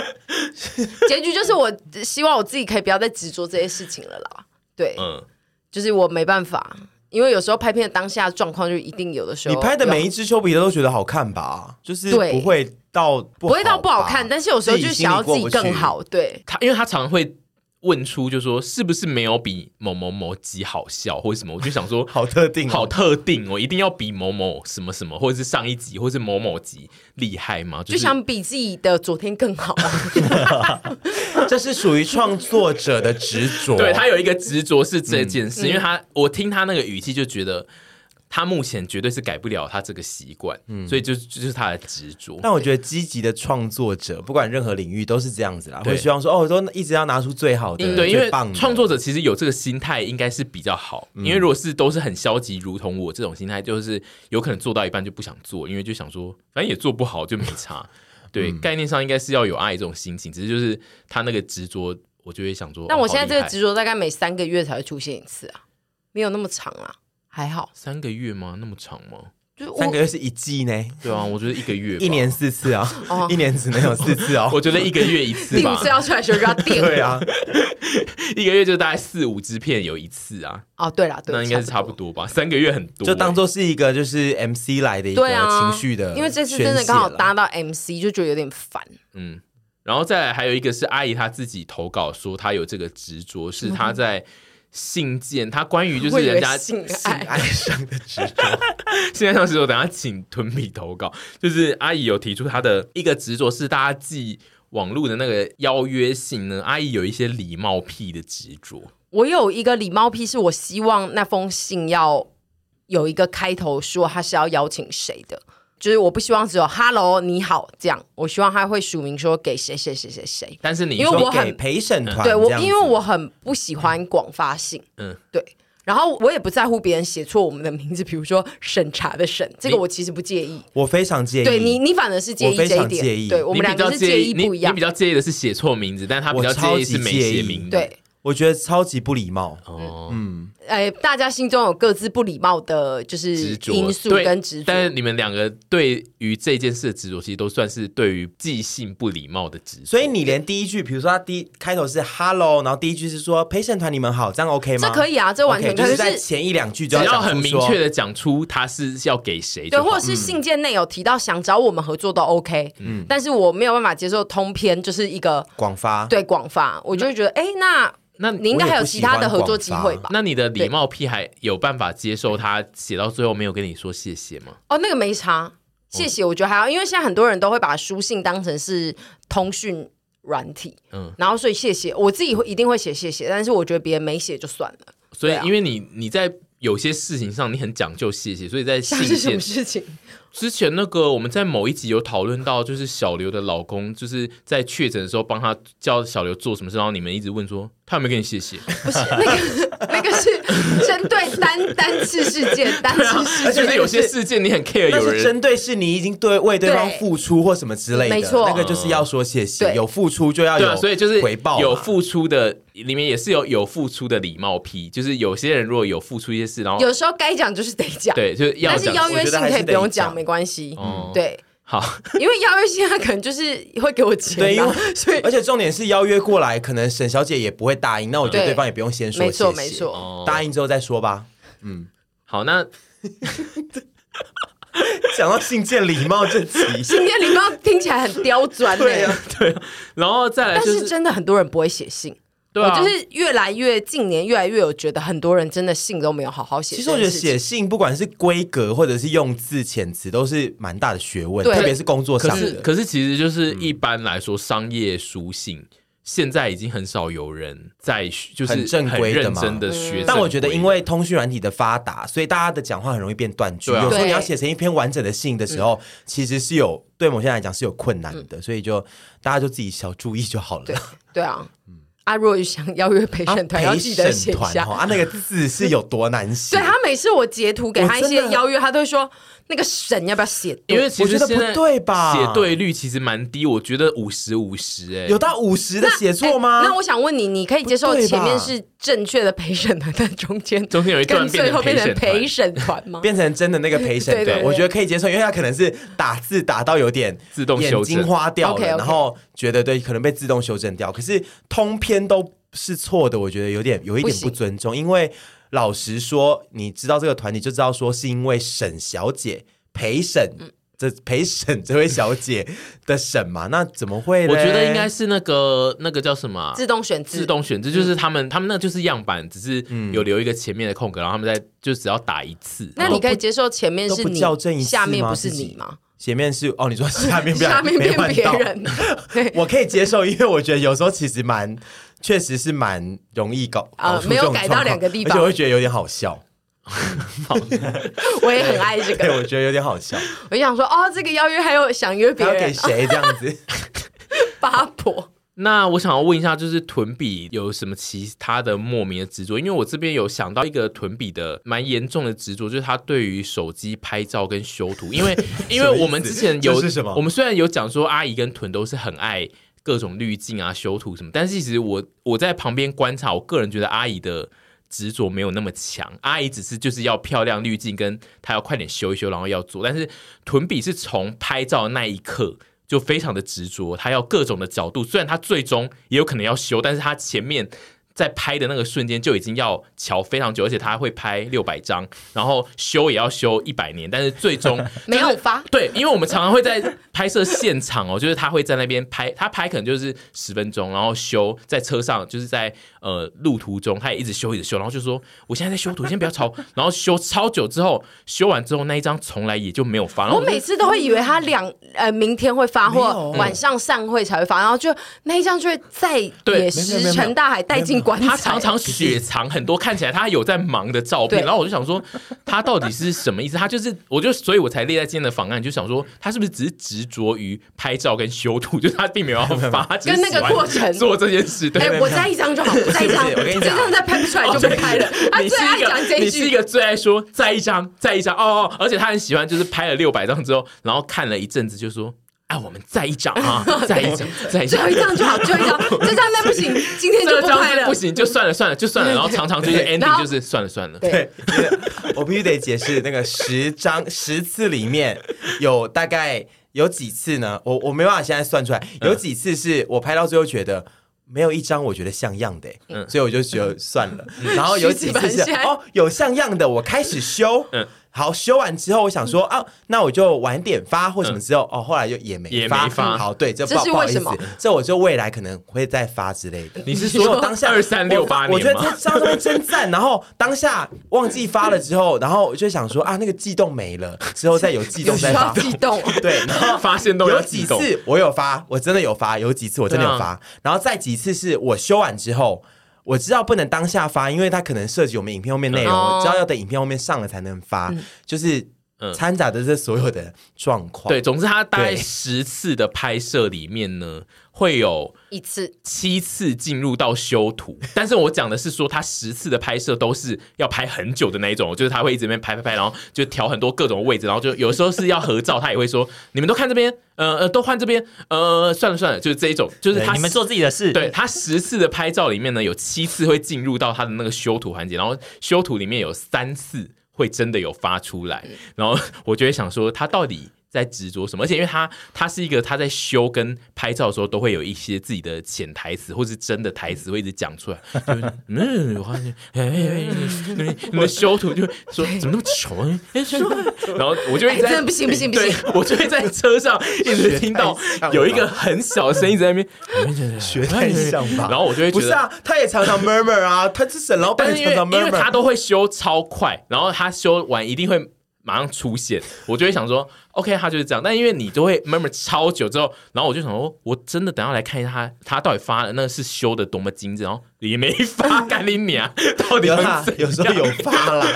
结局就是我希望我自己可以不要再执着这些事情了啦。对，嗯，就是我没办法，因为有时候拍片的当下状况就一定有的时候你拍的每有一只丘比特都觉得好看吧？就是对不会到不不会到不好看，吧但是有时候就是想要自己自己心里过更不去好。对，他因为他常常会问出，就说是不是没有比某某某集好笑或者什么，我就想 [LAUGHS] 说好特定哦好特定，我一定要比某某什么什么，或者是上一集，或者是某某集厉害吗？就是想比自己的昨天更好啊。这是属于创作者的执 [LAUGHS] 着。对他有一个执着是这件嗯事，因为他我听他那个语气就觉得。他目前绝对是改不了他这个习惯，嗯所以就就是他的执着。但我觉得积极的创作者，不管任何领域都是这样子啦，对会希望说哦，都一直要拿出最好的，嗯嗯对，因为最棒的嗯创作者其实有这个心态应该是比较好，因为如果是都是很消极，如同我这种心态，就是有可能做到一半就不想做，因为就想说反正也做不好就没 [LAUGHS] 差。对，嗯概念上应该是要有爱这种心情，只是就是他那个执着，我就会想说。但哦我现在好厉这个害执着大概每三个月才会出现一次啊，没有那么长啊，还好。三个月吗？那么长吗？就是三个我月是一季呢，对啊，我觉得一个月吧， [LAUGHS] 一年四次啊，哦一年只能有四次哦。 [LAUGHS] 我觉得一个月一次第五吧，次要出来的时候就要定。对啊， [LAUGHS] 一个月就大概四五支片有一次啊，哦，对了，对，那应该是差不。多吧。三个月很多欸，就当做是一个就是 MC 来的一个对啊，情绪的宣泄啦，因为这次真的刚好搭到 MC，就觉得有点烦。嗯，然后再来还有一个是阿姨她自己投稿说她有这个执着，是她在信件，她关于就是我以为人家性性爱，爱上的执着。现在上是我等下请屯比投稿，就是阿姨有提出她的一个执着是大家寄网络的那个邀约信呢，阿姨有一些礼貌癖的执着，我有一个礼貌癖，是我希望那封信要有一个开头，说他是要邀请谁的。就是我不希望只有 “hello 你好”这样，我希望他会署名说给谁谁谁谁谁。但是你因为说我给很陪审团对这我，样子，因为我很不喜欢广发信，嗯嗯，对。然后我也不在乎别人写错我们的名字，比如说审查的审，这个我其实不介意。我非常介意。对你，你反而是介意我非这一常点，介意对我你们比两个较是介介意意你不一样你比。较介意的是写错名字，但她比较我超介意级是没介写意名字，对，我觉得超级不礼貌。哦。哎，大家心中有各自不礼貌的，就是执着因素对跟执着。但是你们两个对于这件事的执着，其实都算是对于即兴不礼貌的执着。所以你连第一句，比如说他第一开头是 “hello”，然后第一句是说“陪审团你们好”，这样 OK 吗？这可以啊，这完全 OK，就可是以在可前一两句只就要讲很出明说确的讲出他是要给谁就对，好，或者是嗯信件内有提到想找我们合作都 OK，嗯，但是我没有办法接受通篇就是一个广发。对广发，我就会觉得，哎，那那你应该我也还有不其喜他欢的合作广机发会吧？那你的礼貌屁还有办法接受他写到最后没有跟你说谢谢吗？哦，那个没差，谢哦谢。我觉得还好，因为现在很多人都会把书信当成是通讯软体，嗯嗯，然后所以谢谢，我自己会一定会写谢谢，但是我觉得别人没写就算了。所以对啊因为你你在有些事情上你很讲究谢谢，所以在像信 [LAUGHS] 是什么件事情？之前那个我们在某一集有讨论到，就是小刘的老公就是在确诊的时候帮他叫小刘做什么事，然后你们一直问说他有没有跟你谢谢，不是那个 [LAUGHS] 那个是针对单单次事件，单啊次事而件且有些事件你很 care 但有是人针对是你已经对为对方对付出或什么之类的，没错那个就是要说谢谢，对有付出就要对有、啊，所以就是回报嘛有付出的，里面也是有有付出的礼貌批，就是有些人如果有付出一些事，然后有时候该讲就是得讲，对就是要但是讲邀约性可以不用我觉得还是得讲没关系。哦对，好，因为邀约性他可能就是会给我钱啊，对，因为 [LAUGHS] 所以而且重点是邀约过来，可能沈小姐也不会答应，那我觉得对对方也不用先说没错谢谢没错哦答应之后再说吧。好，那 [LAUGHS] 讲到信件礼貌这集， [LAUGHS] 今天礼貌听起来很刁钻对啊哎呢呀、。然后再来但就是真的很多人不会写信，对啊，我就是越来越近年越来越有觉得很多人真的信都没有好好写其实这我觉件得事情。写信不管是规格或者是用字遣词，都是蛮大的学问，对特别是工作可上是，的。嗯可是其实就是一般来说，商业书信现在已经很少有人在学就是很正规的认嘛真的嗯学。但我觉得，因为通讯软体的发达，所以大家的讲话很容易变断句。对啊有时候你要对写成一篇完整的信的时候，其实是有对某些人来讲是有困难的，所以就大家就自己小注意就好了嗯对。对啊，啊，如果想邀约陪嗯啊审团，要记得陪写审一团下哦。啊，那个字是有多难写 [LAUGHS] 对？他每次我截图给他我一真的些邀约，他都会说那个神要不要写对？因为其我实觉得现在不对吧写对率其实蛮低，我觉得五十五十哎，有到五十的写作吗？那我想问你，你可以接受不对吧前面是正确的陪审团，但中间中间有一段跟最后变成陪陪审团吗？变成真的那个陪审对对团，对我觉得可以接受，因为他可能是打字打到有点自动修眼正睛花掉了， OK，OK 然后觉得对，可能被自动修正掉。可是通篇都是错的，我觉得有点有一不点行不尊重，因为老实说，你知道这个团体就知道说是因为沈小姐陪审。嗯这 [LAUGHS] 陪审这位小姐的审嘛，那怎么会呢？我觉得应该是那个那个叫什么啊自嗯动选字自动选字，就是他们他们那就是样板，只是嗯有留一个前面的空格，然后他们在就只要打一次。哦那你可以接受前面都是不你校正一，次下面吗不是自己你吗？前面是哦，你说下面不要下面变没换别到人， [LAUGHS] 对我可以接受，因为我觉得有时候其实蛮，确实是蛮容易搞啊搞出没有这种改到状况两个地方而且我会觉得有点好 [LAUGHS] 笑，我也很爱这对，个。我觉得有点好笑，我就想说，哦，这个邀约还有想约不别要给人，谁这样子。八婆。那我想要问一下，就是屯比有什么其他的莫名的执着？因为我这边有想到一个屯比的蛮严重的执着，就是他对于手机拍照跟修图， [LAUGHS] 因为因为我们之前有这是什么我们虽然有讲说阿姨跟屯都是很爱各种滤镜啊、修图什么，但是其实我我在旁边观察，我个人觉得阿姨的。执着没有那么强，阿姨只是就是要漂亮滤镜，跟她要快点修一修，然后要做。但是屯比是从拍照的那一刻就非常的执着，他要各种的角度，虽然他最终也有可能要修，但是他前面。在拍的那个瞬间就已经要瞧非常久，而且他会拍六百张，然后修也要修一百年，但是最终 [LAUGHS] 没有就是发对，因为我们常常会在拍摄现场哦，就是他会在那边拍，他拍可能就是十分钟，然后修在车上，就是在呃路途中，他也一直修一直修，然后就说我现在在修图，先不要吵，然后修超久之后，修完之后那一张从来也就没有发，然后我就每次都会以为他两呃明天会发没或有晚上散会才会发，然后就那一张就会再对也石沉大海带进棺材。他常常雪藏很多看起来他有在忙的照片，对然后我就想说他到底是什么意思？他就是我就所以我才列在今天的方案，就想说他是不是只是执着于拍照跟修图，就是他并没有要发，只是 [LAUGHS] 跟那个喜欢过程做这件事。对，哎、我再一张就好，我再一张，不是我跟这你讲张再拍不出来就不拍了。他哦 [LAUGHS] 你最是爱一个讲这你一是一句，个最爱说再一张再一张哦哦，而且他很喜欢，就是拍了六百张之后，然后看了一阵子就说。哎，我们再一张 [LAUGHS] 啊，再一张，再一最张后，一张就好，最后一张，这张再不行，今天就 [LAUGHS] 这不张拍是了不。行，就算了算了，就算了。然后常常 [LAUGHS] 就是然 ending 后就是算了算了。对，我必须得解释，那个十张十次里面有大概有几次呢？我我没办法现在算出来，嗯有几次是我拍到最后觉得。没有一张我觉得像样的、欸嗯所以我就觉得算了。然后有几次徐是子凡现在哦，有像样的，我开始修。嗯好，修完之后我想说啊，那我就晚点发或什么之后，哦，后来就也没嗯也没发。嗯发好，对，这不这是不好为意什思么，这我就未来可能会再发之类的。你是因为说我当下二三六八年吗我我觉得这张面真赞。然后当下忘记发了之后，然后我就想说啊，那个悸动没了，之后再有悸有动需再要发。激 [LAUGHS] 动。对，然后 [LAUGHS] 发现都有激几动次我有发，我真的有发，有几次我真的有发，然后再几次是我修完之后。我知道不能当下发，因为它可能涉及我们影片后面内容，嗯我知道要等影片后面上了才能发，就是嗯掺杂的这所有的状况。对，，总之他大概对十次的拍摄里面呢，会有一次七次进入到修图， [LAUGHS] 但是我讲的是说他十次的拍摄都是要拍很久的那一种，就是他会一直在那边拍拍拍，然后就调很多各种位置，然后就有时候是要合照，他也会说你们都看这边，呃呃，都换这边，呃，算了算了，就是这一种，就是对他你们做自己的事，对，他十次的拍照里面呢，有七次会进入到他的那个修图环节，然后修图里面有三次会真的有发出来，然后我就会想说他到底。在执着什么？而且因为他他是一个他在修跟拍照的时候都会有一些自己的潜台词或是真的台词会一直讲出来，就是嗯，我发现哎哎哎，你们修图就说怎么那么丑啊？哎，修啊然后我就一哎，直真在的不行不行不对行，，我就会在车上一直听到有一个很小的声音在那边，学太像吧。然后我就会觉不是得。啊，他也常常 murmur 啊，他是沈老但板是因也为常常因为 murmur，他都会修超快，然后他修完一定会马上出现，我就会想说 OK，他就是这样。但因为你就会 murmur 超久之后，然后我就想说，我真的等一下来看一下他他到底发的那个是修的多么精致，然后也没 [LAUGHS] 发，干你娘，到底有能啦，怎有时候样有发 [LAUGHS] 啦，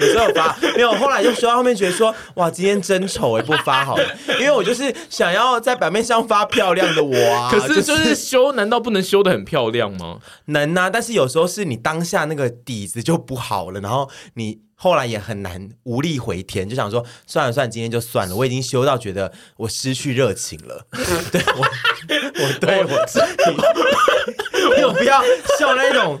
有时候有发，没有。后来就说到后面觉得说，哇，今天真丑哎、不发好了，因为我就是想要在版面上发漂亮的我啊。可是就就是修，难道不能修的很漂亮吗？能啊，但是有时候是你当下那个底子就不好了，然后你后来也很难无力回天，就想说算了算了，今天就算了，我已经修到觉得我失去热情了。 [LAUGHS] 对我，我对我自己，我不要笑那种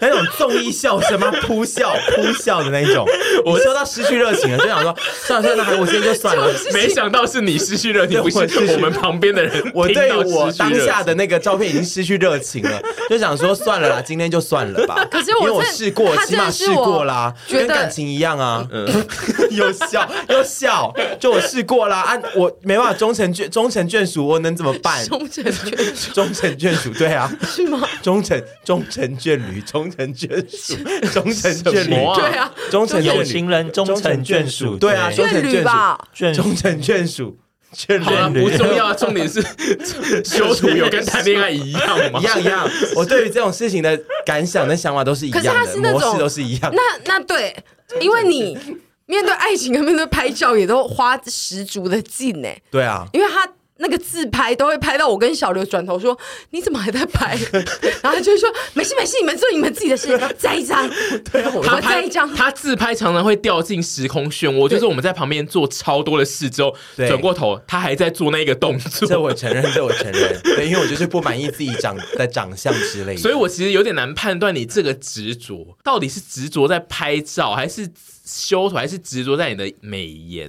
那种综艺笑声吗？扑笑扑笑的那一种，我修到失去热情了，就想说算了算了，我今 [LAUGHS] 天就算了。没想到是你失去热情，不我失去是我们旁边的人 [LAUGHS] 我听对到我失去当热下情的那个照片已经失去热情 [LAUGHS] 了，就想说算了啦，今天就算了吧。可是因我为我真试过，他起真的码是试过啦，我觉跟得感情一样啊，嗯 [LAUGHS] 有笑有笑，就我试过啦啊，我没办法终成眷终成眷属，我能怎么办？忠诚圈终成眷属，对啊，是吗？终成终成眷侣，终成眷属，终成眷什么啊侣，对啊，终成有眷侣情人终成眷属，对啊，终成眷侣眷吧，眷属，终成眷属，眷好了，侣。不重要，重点 [LAUGHS] 是修图有跟谈恋爱 [LAUGHS] 一样 [LAUGHS] 吗？一样一 [LAUGHS] 样，我对于这种事情的感想跟想法都是一样可是他的，是那种模式都是一样。那那对，因为你面对爱情跟面对拍照也都花十足的劲欸呢、对 [LAUGHS] 啊，因为他那个自拍都会拍到我跟小刘转头说：“你怎么还在拍？” [LAUGHS] 然后他就会说：“没事没事，你们做你们自己的事，再一张，他我再拍一张。”他自拍常常会掉进时空漩涡，就是我们在旁边做超多的事之后，对转过头他还在做那个动 [LAUGHS] 这作，我承认，这我承认，对，因为我就是不满意自己长 [LAUGHS] 的长相之类的。所以我其实有点难判断你这个执着到底是执着在拍照，还是修图，还是执着在你的美颜，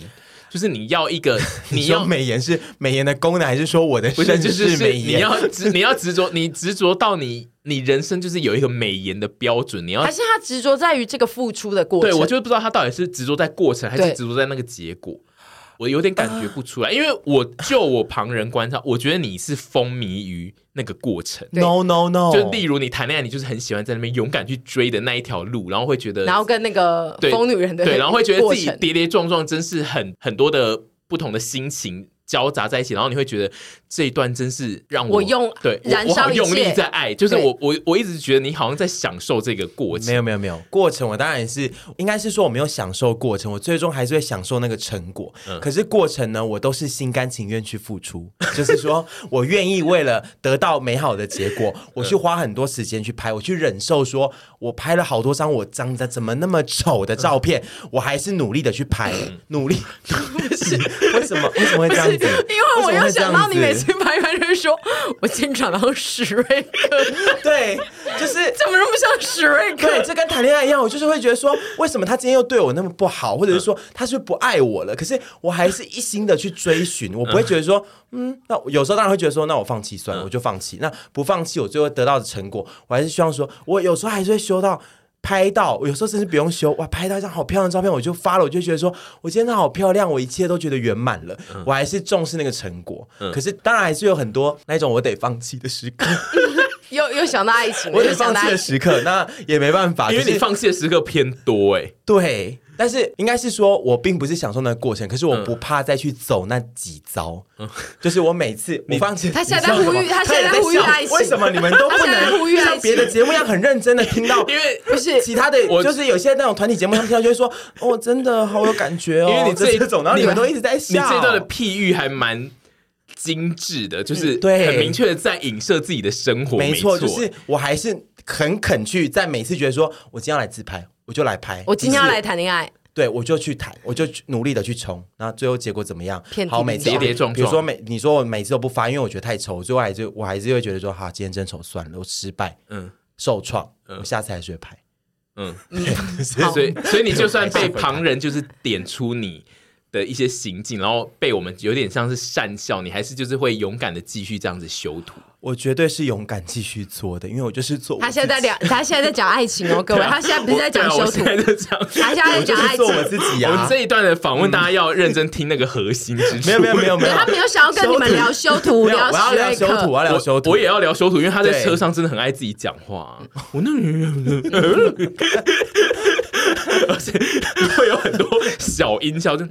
就是你要一个 [LAUGHS] 你你说要。美颜是美颜的功能，还是说我的不是，甚就至是是美你颜？要执，你要执着，你执着到你，你人生就是有一个美颜的标准，你要还是他执着在于这个付出的过程。对我就不知道他到底是执着在过程还是对执着在那个结果，我有点感觉不出来，因为我就我旁人观察，我觉得你是风靡于那个过程。对 no no no，哦就例如你谈恋爱，你就是很喜欢在那边勇敢去追的那一条路，然后会觉得，然后跟那个对疯女人的对，然后会觉得过自己程跌跌撞撞，真是很很多的不同的心情交杂在一起，然后你会觉得这一段真是让我我用对我燃我好烧一用力切在爱，就是对我我我一直觉得你好像在享受这个过程没，有没有没有，过程我当然是应该是说我没有享受过程，我最终还是会享受那个成果。可是过程呢，我都是心甘情愿去付出， [LAUGHS] 就是说我愿意为了得到美好的结果，我去花很多时间去拍，我去忍受说我拍了好多张我长得怎么那么丑的照片，我还是努力的去拍，努力。嗯 [LAUGHS] 不是为什么为什么会这样 [LAUGHS] 子？因为我什么又会这样想到你每子次拍拍就是说，我今天长得像史瑞克，对，就是怎么那么像史瑞克？ [LAUGHS] [LAUGHS] 对，这跟谈恋爱一样，我就是会觉得说，为什么他今天又对我那么不好，或者是说他是不是不爱我了？可是我还是一心的去追寻，我不会觉得 [LAUGHS] 说，嗯，那我有时候当然会觉得说，那我放弃算了，我就放弃。那不放弃，我最后得到的成果，我还是希望说，我有时候还是会修到。拍到，有时候甚至不用修，哇！拍到一张好漂亮的照片，我就发了，我就觉得说，我今天她好漂亮，我一切都觉得圆满了，嗯我还是重视那个成果。可是当然还是有很多那种我得放弃的时 [LAUGHS] 刻，又又想到爱情了，我又得想放到弃爱啊的时刻，那也没办法，因为就你是放弃的时刻偏多哎、对，但是应该是说，我并不是享受那个过程，可是嗯我不怕再去走那几遭。就是我每 [LAUGHS] 次我放弃，他现在你在笑呼吁什么他现在在也呼吁笑爱情为什么你们都不他现在在能呼吁爱像情别的节目一样很认真的听 [LAUGHS] 到？因为不是其他的我就是有些那种团体节目，他们听到就会说：“哦，真的好有感觉哦。”因为你这这种，然后你们你都一直在你笑。这一段的譬喻还蛮精致的，就是嗯对很明确的在影射自己的生活。没没错，就是我还是很肯去，在每次觉得说我今天要来自拍，我就来拍，我今天要就是来谈恋爱，对，我就去谈，我就去努力的去冲，然后最后结果怎么样遍？地好，每次跌跌撞撞比如说每你说我每次都不发，因为我觉得太丑，最后还是我还是会觉得说，哈、今天真丑算了，我失败嗯受创，我下次还是会拍。嗯，好所以所以你就算被没事旁人就是点出你的一些行径，然后被我们有点像是讪笑，你还是就是会勇敢的继续这样子修图。我绝对是勇敢继续做的，因为我就是做我他现在在自己聊，他现在在讲爱情哦，各位，他现在不是在讲我对修图啊，我现在在讲他现在在我就讲爱是做我情。自己啊我呀、们这一段的访问，大家要认真听那个核心之嗯处。没有没有没有没有，他没有想要跟你们聊修图，没有，我要史聊瑞修图，啊我克。要聊修我图，我也要聊修图，因为他在对车上真的很爱自己讲 [LAUGHS] 话、我那人， [LAUGHS] 而且会有很多小音效，就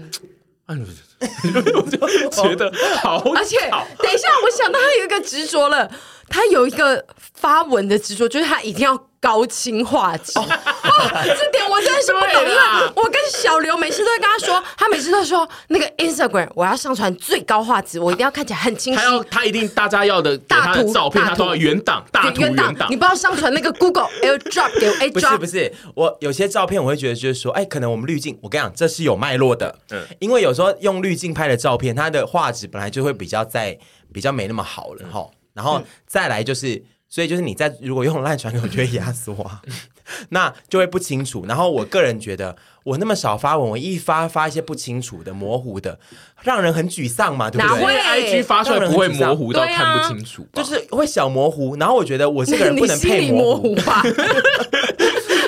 哎呦，我就觉得好吵，而且，等一下，我想到他有一个执着了，他有一个发文的执着，就是他一定要高清画质。哦，这点我真的是不懂，因对为啦我跟小刘每次都会跟他说，他每次都说那个 Instagram 我要上传最高画质，我一定要看起来很清晰他。要他一定大家要的给大他的图照片，大他都要图原档，大图原档档，你不要上传那个 Google AirDrop 给我不是不 AirDrop，是，我有些照片我会觉得就是说，哎，可能我们滤镜，我跟你讲，这是有脉络的，嗯嗯，因为有时候用滤镜拍的照片，它的画质本来就会比较在比较没那么好嗯了哈，然后再来就是，所以就是你在如果用烂传给我，就会压缩啊，嗯 [LAUGHS] 那就会不清楚。然后我个人觉得，我那么少发文，我一发发一些不清楚的、模糊的，让人很沮丧嘛，对不哪对会？啊 IG 发出来不会模糊到对啊看不清楚吧，就是会小模糊，然后我觉得我这个人不 [LAUGHS] 你能心配里模糊糊， [LAUGHS] 吧？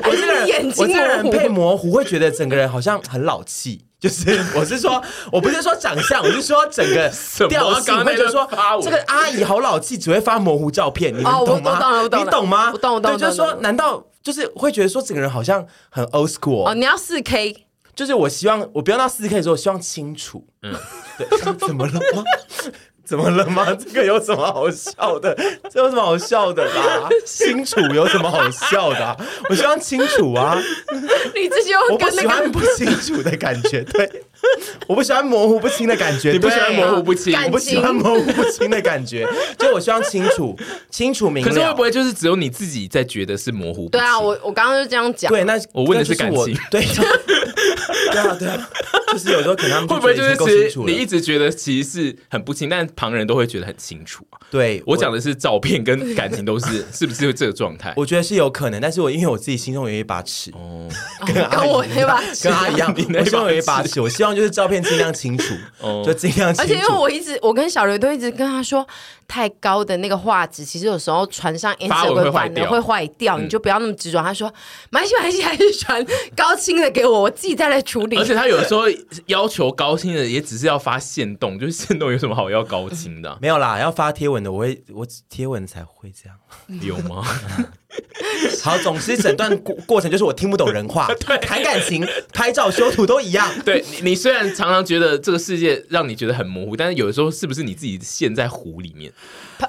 我这个你眼人，我睛这个人模糊配模糊，会觉得整个人好像很老气。 [LAUGHS] 就是，我是说，我不是说长相，我是说整个什么调性，刚才会觉得说在发我这个阿姨好老气，只会发模糊照片，你们哦我懂吗？我懂了我懂了你懂吗？我懂我懂对，就是我说懂，难道就是会觉得说整个人好像很 old 哦， school？你要四 K，就是我希望我不要到四 K 的时候，我希望清楚。嗯，对，怎么了吗？怎么了吗？这个有什么好笑的？这有什么好笑的啦？清楚有什么好笑的啊、我希望清楚啊。 [LAUGHS] 你自己又我不跟那喜欢个不清楚的感觉，对， [LAUGHS] 我不喜欢模糊不清的感觉，你不喜欢对啊模糊不清感我不喜情欢模糊不清的感觉，就我希望清 [LAUGHS] 楚、清楚明了。可是会不会就是只有你自己在觉得是模糊？对啊，我我刚刚就这样讲，对？那我问的是那就我感情对， [LAUGHS] 对啊，对啊，就是有时候可能他们会不会就觉得已经够是其清实楚你一了？直觉得其实是很不清，但旁人都会觉得很清楚啊？对我讲。的是照片跟感情都是，是不是这个状态？我觉得是有可能，但是我因为我自己心中有一把尺，哦，跟我那把尺跟阿姨一样， [LAUGHS] 你那我把心中有一把尺哦尺，我希望就是照片尽量清楚，就尽量清而楚。且因为我一直，我跟小刘都一直跟他说，太高的那个画质，其实有时候传上发文会坏 Instagram 反掉而会坏掉，你就不要那么执着。他说，没关系，没关系，还是传高清的给我，我自己再来处理而。且他有时候要求高清的，也只是要发现动，就是现动有什么好要高清的啊、没有啦，要发贴文的，我会我贴文才会这样。有吗？好，总之整段过过程就是我听不懂人 [LAUGHS] 话，谈感情、拍照、修图都一样。 [LAUGHS] 对你，你虽然常常觉得这个世界让你觉得很模糊，但是有的时候是不是你自己陷在湖里面？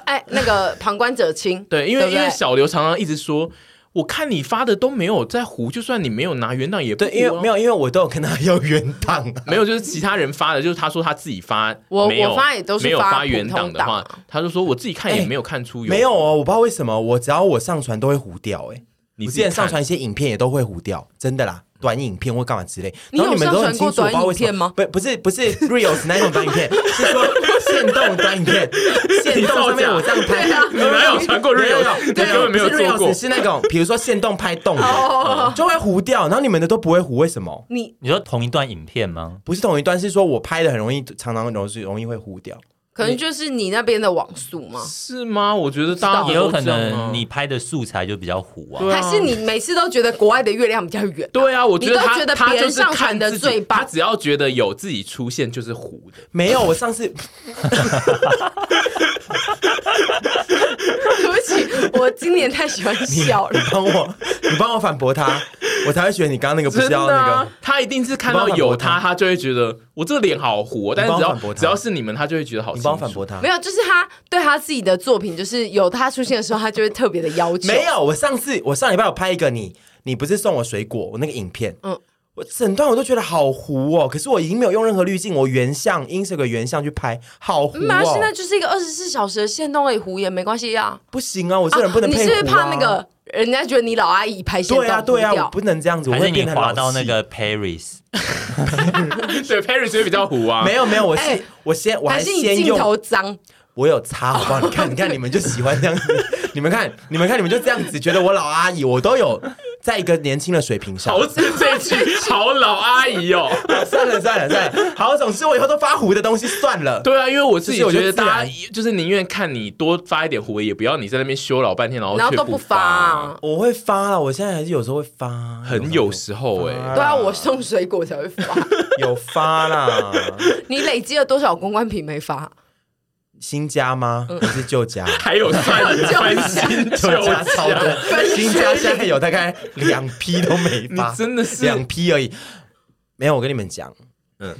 哎，那个旁观者清，对，因为不因对为小刘常常一直说，我看你发的都没有在糊，就算你没有拿原档也不、对，因为没有。有，因为我都有跟他要原档、啊。没有，就是其他人发的，就是他说他自己发，我没有我发也都是没有发发普原通档的档话，他就说我自己看也哎没有看出有、没有哦，我不知道为什么，我只要我上传都会糊掉、哎，你我自之己前看上传一些影片也都会糊掉，真的啦，短影片或干嘛之类。你有然后们都很清楚，上传过短影片吗我不知道为什么不不是不是 reels 那种短影片，是说限动短影 [LAUGHS] 片，限动上面我这样拍对啊，你哪有传过 reels？有你根本没有不是做过 reels，是那种比如说限动拍动 [LAUGHS] 哦的，就会糊掉，然后你们的都不会糊，为什么？你你说同一段影片吗？不是同一段，是说我拍的很容易，常常容易容易会糊掉。可能就是你那边的网速吗？是吗？我觉得大家也有可能你你拍的素材就比较糊啊。对啊还是你每次都觉得国外的月亮比较圆？ [LAUGHS] 对啊，我觉得你都他觉得他别人就是上传看的自己最棒他只要觉得有自己出现就是糊的，没有，我上次。对不起，我今年太喜欢笑了 [LAUGHS] 帮我，你帮我反驳他。我才会觉得你刚刚那个不真是的要啊、那个。他一定是看到有他，你帮我反驳他他就会觉得我这个脸好糊哦、但是帮我只反驳要他只要是你们，他就会觉得好你清楚。帮我反驳他 [LAUGHS] 没。有，就是他对他自己的作品，就是有他出现的时候，他就会特别的要求。没，有，我上次我上礼拜有拍一个你，你不是送我水果，我那个影片，嗯嗯，我整段我都觉得好糊哦。可是我已经没有用任何滤镜，我原像 Instagram 原像去拍，好糊妈，嗯啊现在哦。就是一个二十四小时的线动而已，胡也没关系啊。不行啊，我这人不能啊配你糊、啊是不是怕那？个人家觉得你老阿姨拍线动对啊，对啊，糊掉我不能这样子，我还会是你变得很老滑到那气个 Paris， [LAUGHS] 对 Paris 会比较糊啊。没有没有，我是、哎我先我还是你先镜用头脏？我有擦，好不好？你看，你看，你们就喜欢这样子。你们看，你们看，你们就这样子，觉得我老阿姨，我都有在一个年轻的水平上。好，这一 [LAUGHS] 句好老阿姨哦、算了算了算了，好，总之我以后都发糊的东西算了。对啊，因为我自己就是我觉就得自然大家就是宁愿看你多发一点胡，也不要你在那边修老半天，然后然后却都不不发。我会哦发了，我现在还是有时候会发，很有时候哎、欸，对啊，我送水果才会 [LAUGHS] 发。有发啦。你累积了多少公关品没发？新家吗？还是旧家？还有三三星 [LAUGHS] 旧嗯旧家超家，多，新家现在有大概两批都没你发，真的是 [LAUGHS] 两批而已。没有，我跟你们讲，嗯，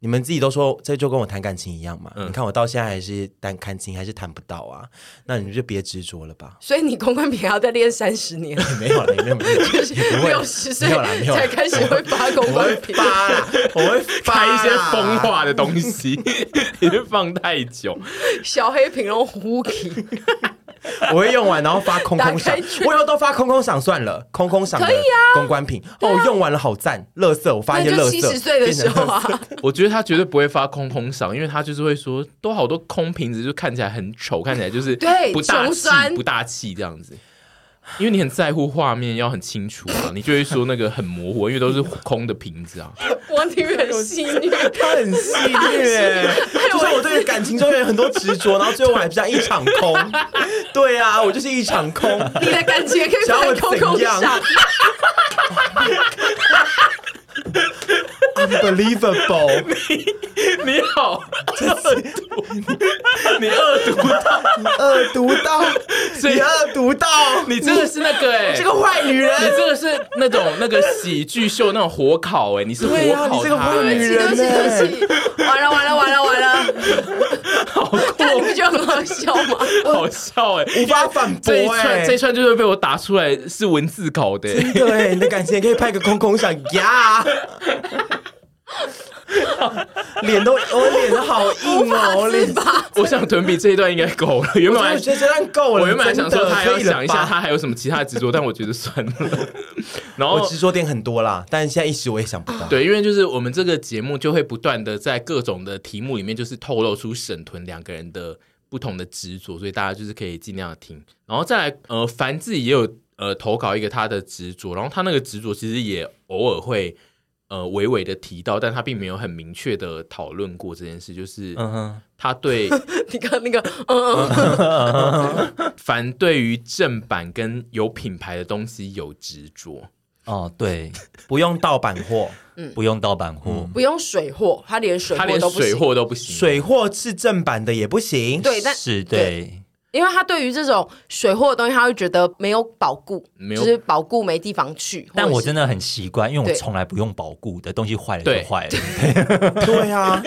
你们自己都说这就跟我谈感情一样嘛。嗯你看我到现在还是谈感情还是谈不到啊，那你们就别执着了 [LAUGHS] 吧。所以你公关品还要再练三十年，没有了，也没有没 [LAUGHS] 有，就是也不会六十岁没有啦没有啦才开始会发公 [LAUGHS] 我会关品。发啦，我会发拍一些啦风。化的东 [LAUGHS] 西，你会放太久。小黑屏龙胡 k 我会用完然后发空空打赏开去，我以后都发空空赏算了，空空赏的可以啊公关品哦，用完了好赞，乐色我发那一些就乐七十色，岁的时候啊，我觉得他绝对不会发空空赏，因为他就是会说，都好多空瓶子，就看起来很丑，看起来就是对不大穷气酸，不大气这样子。因为你很在乎画面，要很清楚啊，你就会说那个很模糊，因为都是空的瓶子啊。王庭远戏虐。他很戏虐，就是我对感情中有很多执着，然后最后我还不像一场 [LAUGHS] 空。对啊，我就是一场空。你的感情也可以想要我放空空怎样 [LAUGHS] 上， [LAUGHS] Unbelievable！ [LAUGHS] 你好， [LAUGHS] 你恶毒到，恶毒到，所以你恶毒到，你真的是那个哎、这个坏女你人。这个是那种那个喜剧秀那种火烤哎、你是火对啊，你烤这个他、坏女哎对不人起，呢、对不起，完了完了完了完了，好过但你不觉得很好笑吗？好笑哎、无法反驳这哎、一串这一串就是被我打出来是文字稿的、哎对，你的感情也可以拍个空空想呀。脸都，我脸都好硬哦，我脸，我想屯比这一段应该够了。原本还我觉得这段够了。我原本还想说真的他还要想一可以下了吧他还有什么其他的执着，但我觉得算了。然我后执着点很多啦，但现在一时我也想不到。对，因为就是我们这个节目就会不断的在各种的题目里面，就是透露出沈屯两个人的不同的执着，所以大家就是可以尽量地听。然后再来，呃，凡自己也有呃投稿一个他的执着，然后他那个执着其实也偶尔会呃微微的提到，但他并没有很明确的讨论过这件事，就是嗯哼，他 [LAUGHS] 对。你看那个，嗯嗯，凡对于正版跟有品牌的东西有执着，哦， [LAUGHS] 对，不用盗版货，不用盗版货，不用水货，他连水他货连都不水行。货都不行。水货是正版的也不行。对，但是对对，因为他对于这种水货的东西，他会觉得没有保固，没有就是保固没地方去。但我真的的很习惯，因为我对从来不用保固的东西坏了对就坏了。对啊，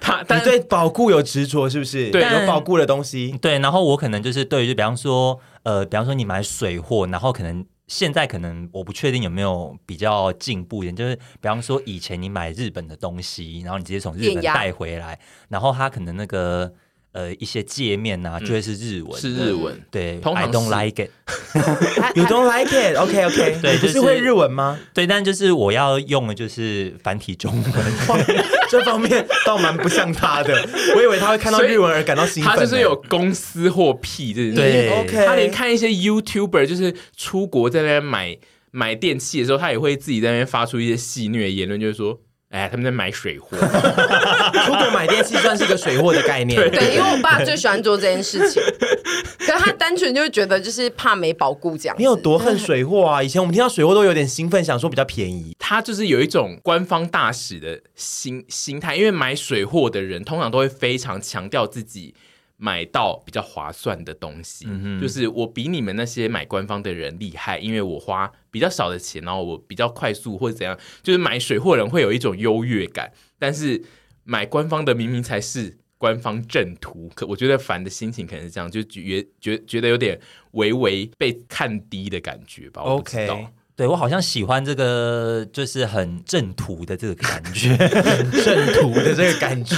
他你但对保固有执着是不是？对有保固的东西，对，然后我可能就是对于，就比方说，呃，比方说你买水货，然后可能现在可能我不确定有没有比较进步一点，就是比方说以前你买日本的东西，然后你直接从日电本压带回来，然后它可能那个呃一些界面嗯啊，就会是日文的，是日嗯文，对通常，I 是 don't like it。 [LAUGHS] You don't like it? OK OK，对不就是是会日文吗？对，但就是我要用的就是繁体中文，哇这方面倒蛮不像他的，我以为他会看到日文而感到兴奋他呢。就是有公司货癖这件事。对，OK，他连看一些 YouTuber 就是出国在那边买买电器的时候，他也会自己在那边发出一些戏谑言论，就是说。哎，他们在买水货， [LAUGHS] 出国买电器算是一个水货的概念。对，因为我爸最喜欢做这件事情，可是他单纯就会觉得就是怕没保固这样子。你有多恨 [LAUGHS] 水货啊？以前我们听到水货都有点兴奋，想说比较便宜。他就是有一种官方大使的心心态，因为买水货的人通常都会非常强调自己买到比较划算的东西，嗯哼就是我比你们那些买官方的人厉害，因为我花比较少的钱，然后我比较快速或者怎样，就是买水货人会有一种优越感，但是买官方的明明才是官方正途，可我觉得烦的心情可能是这样，就觉觉觉得有点微微被看低的感觉吧。哦我不知道 OK，对我好像喜欢这个，就是很正途的这个感觉， [LAUGHS] 正途的这个感觉，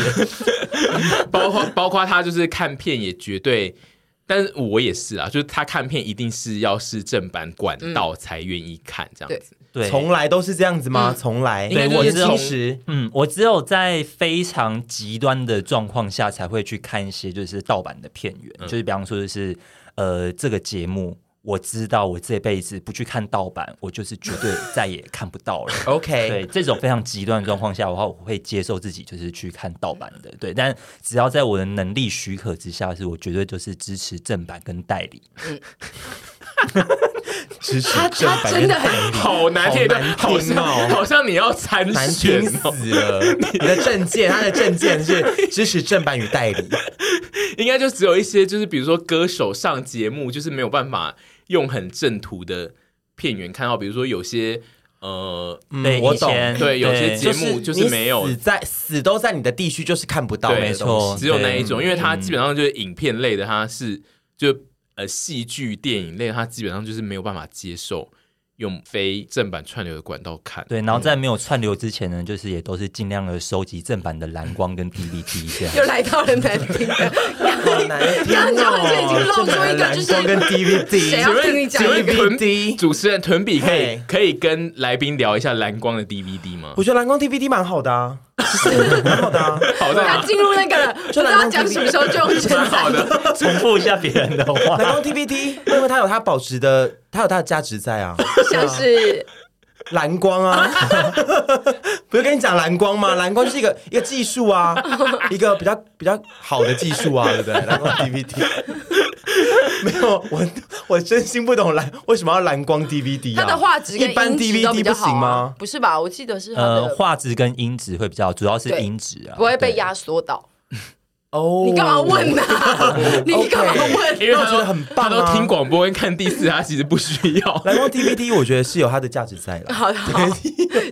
包括包括他就是看片也绝对，但是我也是啊，就是他看片一定是要是正版管道才愿意看这样子。对，从来都是这样子吗？从来，应该就是我其从实嗯，我只有在非常极端的状况下才会去看一些就是盗版的片源，就是比方说就是呃这个节目。我知道，我这辈子不去看盗版，我就是绝对再也看不到了。对 OK，这种非常极端的状况下的话，我会接受自己就是去看盗版的，对。但只要在我的能力许可之下，是我绝对就是支持正版跟代理。支持他正他版真的跟很好难听的，好好难听哦像好像你要 [LAUGHS] 参难选听哦，死了！你的证件，他的证件是支持正版与代 [LAUGHS] 理，应该就只有一些就是比如说歌手上节目，就是没有办法用很正途的片源看到，比如说有些呃。对，嗯我以懂前对有些节就目是就是没有你死在死都在你的地区，就是看不到的对东西，没 [LAUGHS] 错只有那一种，因为它嗯基本上就是影片类的，它是就呃戏剧、电影类，它基本上就是没有办法接受用非正版串流的管道看。对，然后在没有串流之前呢，就是也都是尽量的收集正版的蓝光跟 DVD 这样。又来到了难听的，好难听刚刚就已经哦！露出一个就是正版蓝光跟 [LAUGHS] 谁 DVD，要听你讲请一问个？屯 DVD 主持人屯比可以嘿可以跟来宾聊一下蓝光的 DVD 吗？我觉得蓝光 DVD 蛮好的 [LAUGHS] 啊，是蛮好的啊。好的他啊，进入那个了，不知道讲什么时候就用真蛮好的。的。重复一下别人的话，蓝光 DVD，因为它有它保值的，它有它的价值在啊。像是蓝光 [LAUGHS] 啊，不是跟你讲蓝光吗？蓝光就是一个一个技术 [LAUGHS] 啊，一个比较比较好的技术啊，对不对？蓝光 [LAUGHS] DVD 没有我，我真心不懂蓝为什么要蓝光 DVD 啊？它的画质一跟般音质都比 DVD 较不好啊行吗？不是吧？我记得是它呃，的，画质跟音质会比较，主要是对音质啊，不会被对。压缩到。哦，你干嘛问呢？ [LAUGHS] 你干嘛问？ [LAUGHS] 因为那他我都觉得很棒啊他都听广播跟看第四，他其实不需 [LAUGHS] 要。蓝光 DVD 我觉得是有它的价值在的。 [LAUGHS] 好的，好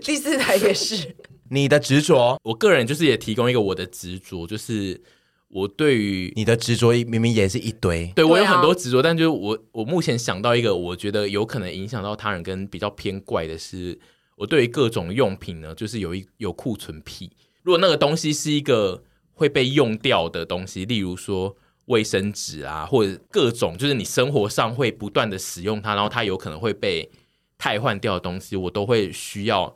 第四台也是。你的执着，我个人就是也提供一个我的执着，就是我对于你的执着明明也是一堆。对我有对啊很多执着，但就是我我目前想到一个，我觉得有可能影响到他人跟比较偏怪的是，我对于各种用品呢，就是有一有库存癖。如果那个东西是一个会被用掉的东西，例如说卫生纸啊，或者各种就是你生活上会不断的使用它，然后它有可能会被汰换掉的东西，我都会需要。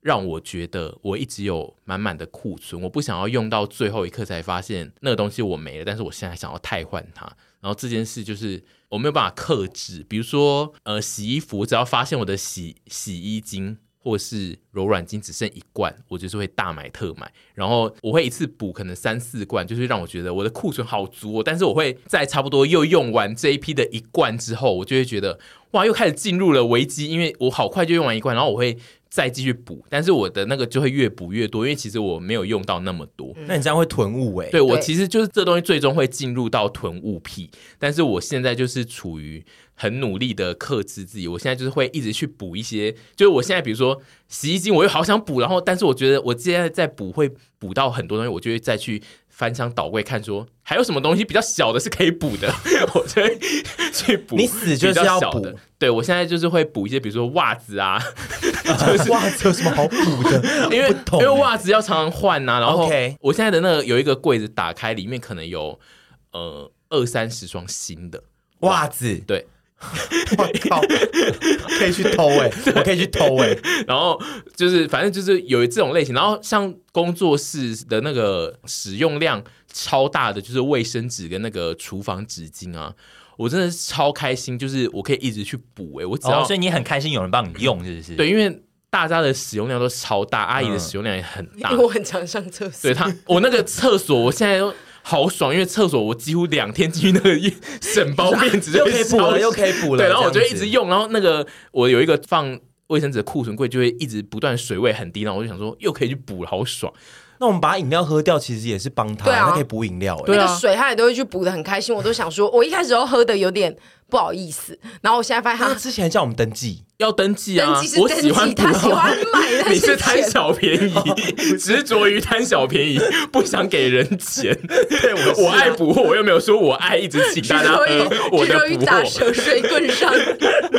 让我觉得我一直有满满的库存，我不想要用到最后一刻才发现那个东西我没了，但是我现在想要汰换它。然后这件事就是我没有办法克制，比如说呃洗衣服，只要发现我的洗洗衣精或是柔软巾只剩一罐，我就是会大买特买，然后我会一次补可能三四罐，就是让我觉得我的库存好足哦。但是我会在差不多又用完这一批的一罐之后，我就会觉得哇，又开始进入了危机，因为我好快就用完一罐，然后我会。再继续补，但是我的那个就会越补越多，因为其实我没有用到那么多，那你这样会囤物哎、对我对其实就是这东西最终会进入到囤物癖，但是我现在就是处于很努力的克制自己，我现在就是会一直去补一些，就是我现在比如说洗衣机，我又好想补，然后但是我觉得我现在在补会补到很多东西，我就会再去翻箱倒柜看说还有什么东西比较小的是可以补的，我就 [LAUGHS] 会去补。你死就是要补的，对我现在就是会补一些，比如说袜子啊， [LAUGHS] 就是袜子有什么好补 [LAUGHS] 的？因为不懂因为袜子要常常换啊呐、然后 OK 我现在的那个有一个柜子打开，里面可能有呃二三十双新的，袜子，对，我靠，可以去偷哎、我可以去偷哎、然后就是反正就是有这种类型，然后像工作室的那个使用量超大的，就是卫生纸跟那个厨房纸巾啊，我真的是超开心，就是我可以一直去补诶、欸我嗯只要、哦，所以你很开心有人帮你用，是不是？对，因为大家的使用量都超大，阿姨的使用量也很大，因为我很常上厕所对，他，我那个厕所，我现在都好爽，因为厕所我几乎两天进去那个一整包面纸又可以补了，又可以以补了。对，然后我就这样一子直。用，然后那个我有一个放卫生纸的库存柜，就会一直不断水位很低，然后我就想说又可以去补了，好爽。那我们把饮料喝掉，其实也是帮他，对啊他可以补饮料、欸。对啊那个水他也都会去补的很开心，我都想说，我一开始都喝的有点不好意思，然后我现在发现他他之前还叫我们登记，要登记啊登记！是我登喜欢记他不喜要欢买 [LAUGHS] 但你是是贪钱小便哦宜，执着于贪小便宜，不想给人 [LAUGHS] 钱。对我，啊我爱补货，我又没有说我爱一直请执大家着于喝我执的着于补打货。蛇水棍上， [LAUGHS]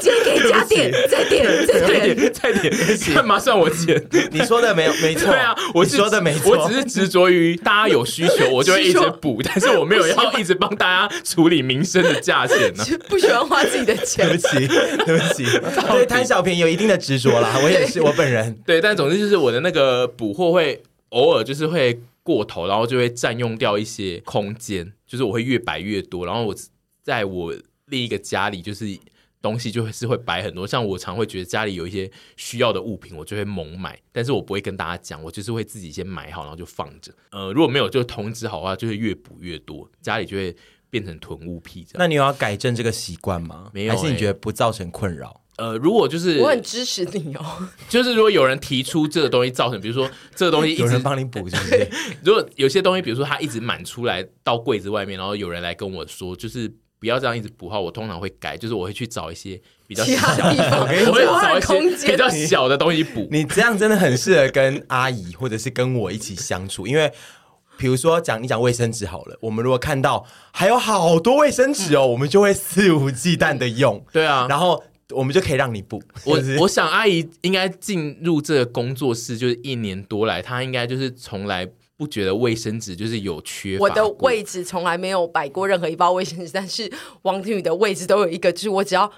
今天可以加点，再点，[LAUGHS] 再再点。点，再点，干嘛算我钱？你说的没有没错，对啊，我你是说的没错，我只是执着于大家有需求，我就会一直 [LAUGHS] 补，但是我没有要一直帮大家处理民生的价钱呢、不喜欢花自己的钱对不， [LAUGHS] 起，对不起，对贪小便宜有一定的执着啦，我也是，我本人对，但总之就是我的那个补货会偶尔就是会过头，然后就会占用掉一些空间，就是我会越摆越多，然后我在我另一个家里就是。东西就会是会摆很多，像我常会觉得家里有一些需要的物品，我就会猛买，但是我不会跟大家讲，我就是会自己先买好，然后就放着。呃，如果没有就通知好的话，就会越补越多，家里就会变成囤物癖这样。那你有要改正这个习惯吗？没有还是你欸觉得不造成困扰？呃，如果就是我很支持你哦。就是如果有人提出这个东西造成，比如说这个东西一有直人帮你补，是不是？ [LAUGHS] 如果有些东西，比如说它一直满出来到柜子外面，然后有人来跟我说，就是不要这样一直补号，我通常会改，就是我会去找一些比较 [LAUGHS] 其小他地方的，我会我找很空一些间比较小的东西补。你这样真的很适合跟阿姨或者是跟我一起相处，因为。比如说讲你讲卫生纸好了，我们如果看到还有好多卫生纸哦，我们就会肆无忌惮的用，对啊，然后我们就可以让你补。我就是我想阿姨应该进入这个工作室就是一年多来，她应该就是从来不觉得卫生纸就是有缺乏我的过位置从来没有摆过任何一包卫生纸，但是王庭宇的位置都有一个，就是我只要。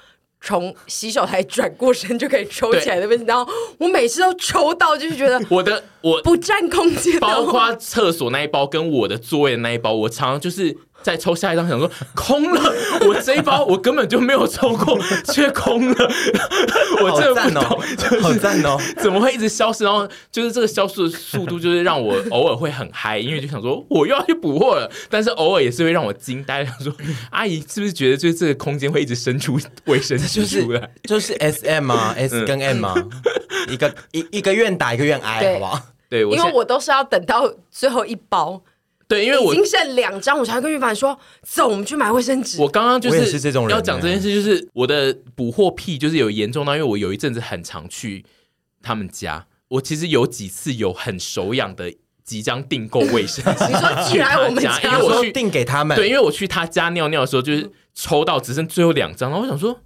从洗手台转过身就可以抽起来的位置，然后我每次都抽到，就是觉得我的我不占空 [LAUGHS] 间。包括厕所那一包跟我的座位的那一包，我常常就是在抽下一张，想说空了，我这一包我根本就没有抽过，却空 [LAUGHS] 了，我好真的 [LAUGHS] 不赞懂哦，好赞 [LAUGHS] 哦！怎么会一直消失？然后就是这个消失的速度，就是让我偶尔会很嗨，因为就想说我又要去补货了，但是偶尔也是会让我惊呆，想说阿姨是不是觉得就是这个空间会一直生出卫生就纸是出来？就是 S M 啊，S 跟 M 啊，一个一一个愿打一个愿挨，对好不好？对，我因现为在我都是要等到最后一包，对，因为我已经剩两张，我才会跟玉凡说：“走，我们去买卫生纸。我刚刚就我也是这种人欸要讲这件事，就是我的补货癖就是有严重到，因为我有一阵子很常去他们家，我其实有几次有很手痒的即将订购卫生纸你说寄来我们去他家因为我说 [LAUGHS] 去定给他们，对，因为我去他家尿尿的时候，就是抽到只剩最后两张，然后我想说。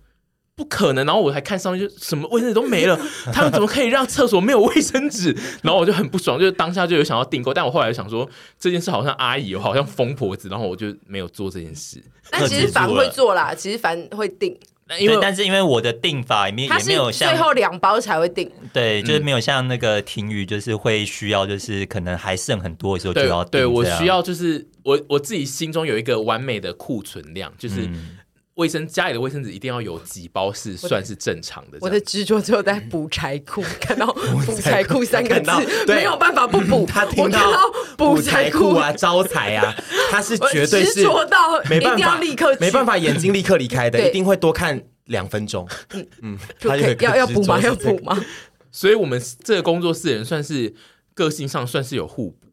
不可能！然后我还看上面就什么卫生纸都没了，他们怎么可以让厕所没有卫生纸？然后我就很不爽，就是当下就有想要订购，但我后来就想说这件事好像阿姨，我好像疯婆子，然后我就没有做这件事。”但其实凡会做啦，其实凡会定，那因因为为但是因为我的定法里面他也是没有最像后两包才会定。嗯对，嗯就是没有像那个婷宇，就是会需要，就是可能还剩很多的时候就对要定对，我这样需要就是我我自己心中有一个完美的库存量，就是嗯卫生家里的卫生纸一定要有几包是算是正常的这我样。的执着只有在补柴 [LAUGHS] 库，看到补柴库三个看到字，对没有办法不补。他我听看到补补柴财库啊、招财啊，他是我绝对执是着到没办一定要法立刻去没办法，眼睛立刻离开的，对一定会多看两分钟。嗯，就他可有一以个要要补吗？执着要是这补个吗？所以我们这个工作室的人算是个性上算是有互补，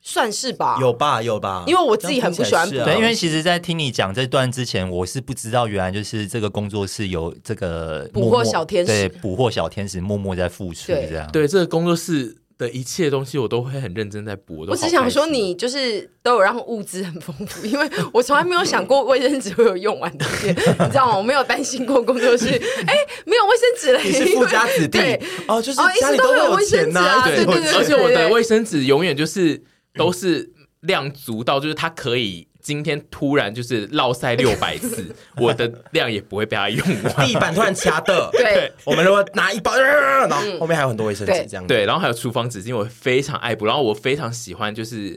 算是吧。有吧有吧，因为我自己很不喜欢这样听起来是啊对，因为其实，在听你讲这段之前，我是不知道原来就是这个工作室有这个捕默获默小天使对，捕获小天使默默在付出对这样。对这个工作室的一切东西我都会很认真在补。我都我好只想开说，心你就是都有让物资很丰富，因为我从来没有想过卫生纸会有用完的 [LAUGHS] 一天，你知道吗？我没有担心过工作室，哎、没有卫生纸了，你是富家 [LAUGHS] 子弟对哦，就是哦一直家里都都会有有卫生钱纸呐，啊一直对都有钱对对而且我对的卫生纸永远就是都是量足到，就是它可以今天突然就是落塞六百 [LAUGHS] 次，我的量也不会被它用完。 [LAUGHS] 地板突然掐的， [LAUGHS] 对，嗯我们如果拿一包， [LAUGHS] 呃然后后面还有很多卫生纸对这样子。对，然后还有厨房纸巾，我非常爱补，然后我非常喜欢就是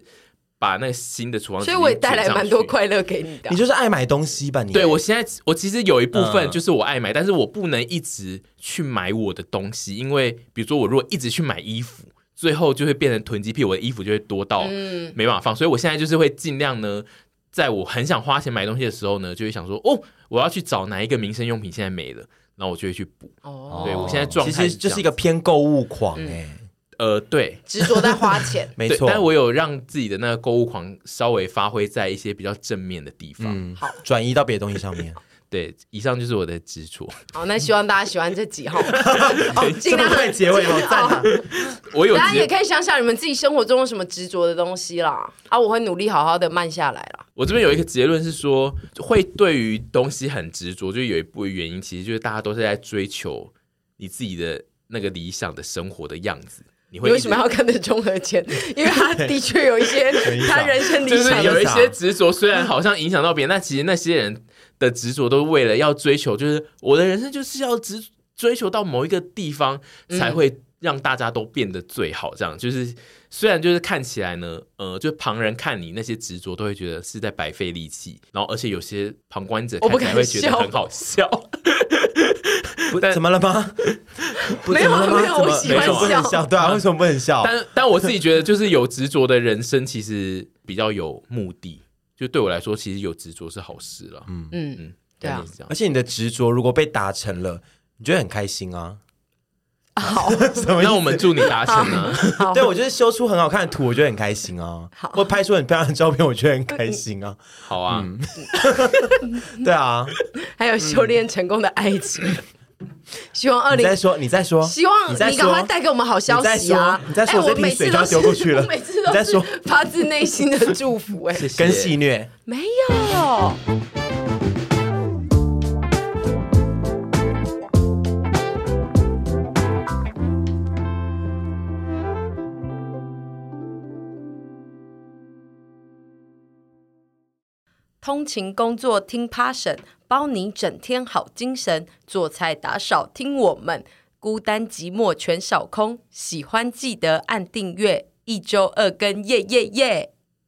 把那个新的厨房纸巾所以我也带来卷上蛮多去。快乐给你的啊你。就是爱买东西吧？你对，我现在我其实有一部分嗯就是我爱买，但是我不能一直去买我的东西，因为比如说我如果一直去买衣服，最后就会变成囤积癖，我的衣服就会多到嗯，没办法放，所以我现在就是会尽量呢，在我很想花钱买东西的时候呢，就会想说哦，我要去找哪一个民生用品现在没了，然后我就会去补。哦，对我现在状其态实就是一个嗯个偏购物狂哎，。呃，对，执着在花钱没对错，但我有让自己的那个购物狂稍微发挥在一些比较正面的地方。嗯，转移到别的东西上面。对，以上就是我的执着。好，那希望大家喜欢这 [LAUGHS] 集哈，哦尽这么量哦快结尾了，赞啊！我有大家直也接，可以想想你们自己生活中有什么执着的东西啦。啊，我会努力好好的慢下来啦。我这边有一个结论是说，会对于东西很执着，就有一部分原因，其实就是大家都是在追求你自己的那个理想的生活的样子。你你会为一直什么要跟着钟和 [LAUGHS] 谦？因为他的确有一些他人生理 [LAUGHS] 就是想有的一傻些执着，虽然好像影响到别人，但 [LAUGHS] 其实那些人的执着都是为了要追求，就是我的人生就是要执追求到某一个地方，才会让大家都变得最好。这样就是虽然就是看起来呢，呃，就旁人看你那些执着，都会觉得是在白费力气，然后而且有些旁观者我看不起来敢会觉得笑很好 [LAUGHS] 笑。不但怎么了吗？不呃没有怎么了吗没有怎么我喜欢为什么不能笑嗯笑，对啊，为什么不能笑？但但我自己觉得，就是有执着的人生，其实比较有目的。就对我来说，其实有执着是好事了。嗯嗯，嗯，对啊概念是这样而。且你的执着如果被达成了，你觉得很开心啊？好，什么意思 [LAUGHS] 那我们祝你达成啊！好对，我就是修出很好看的图，我觉得很开心啊。或拍出很漂亮的照片，我觉得很开心啊。好啊，嗯对啊，还有修炼成功的爱情。希望二嗯你零再说，你再说，希望你再你赶快说，带给我们好消息啊！你再说我哎我这瓶每次水就都要是丢过去了 [LAUGHS] 我每次你再都说是发自内心的祝福、哎，跟戏虐。没有。通勤工作听 Passion，包你整天好精神；做菜打扫听我们，孤单寂寞全扫空。喜欢记得按订阅，一周二更，耶耶耶！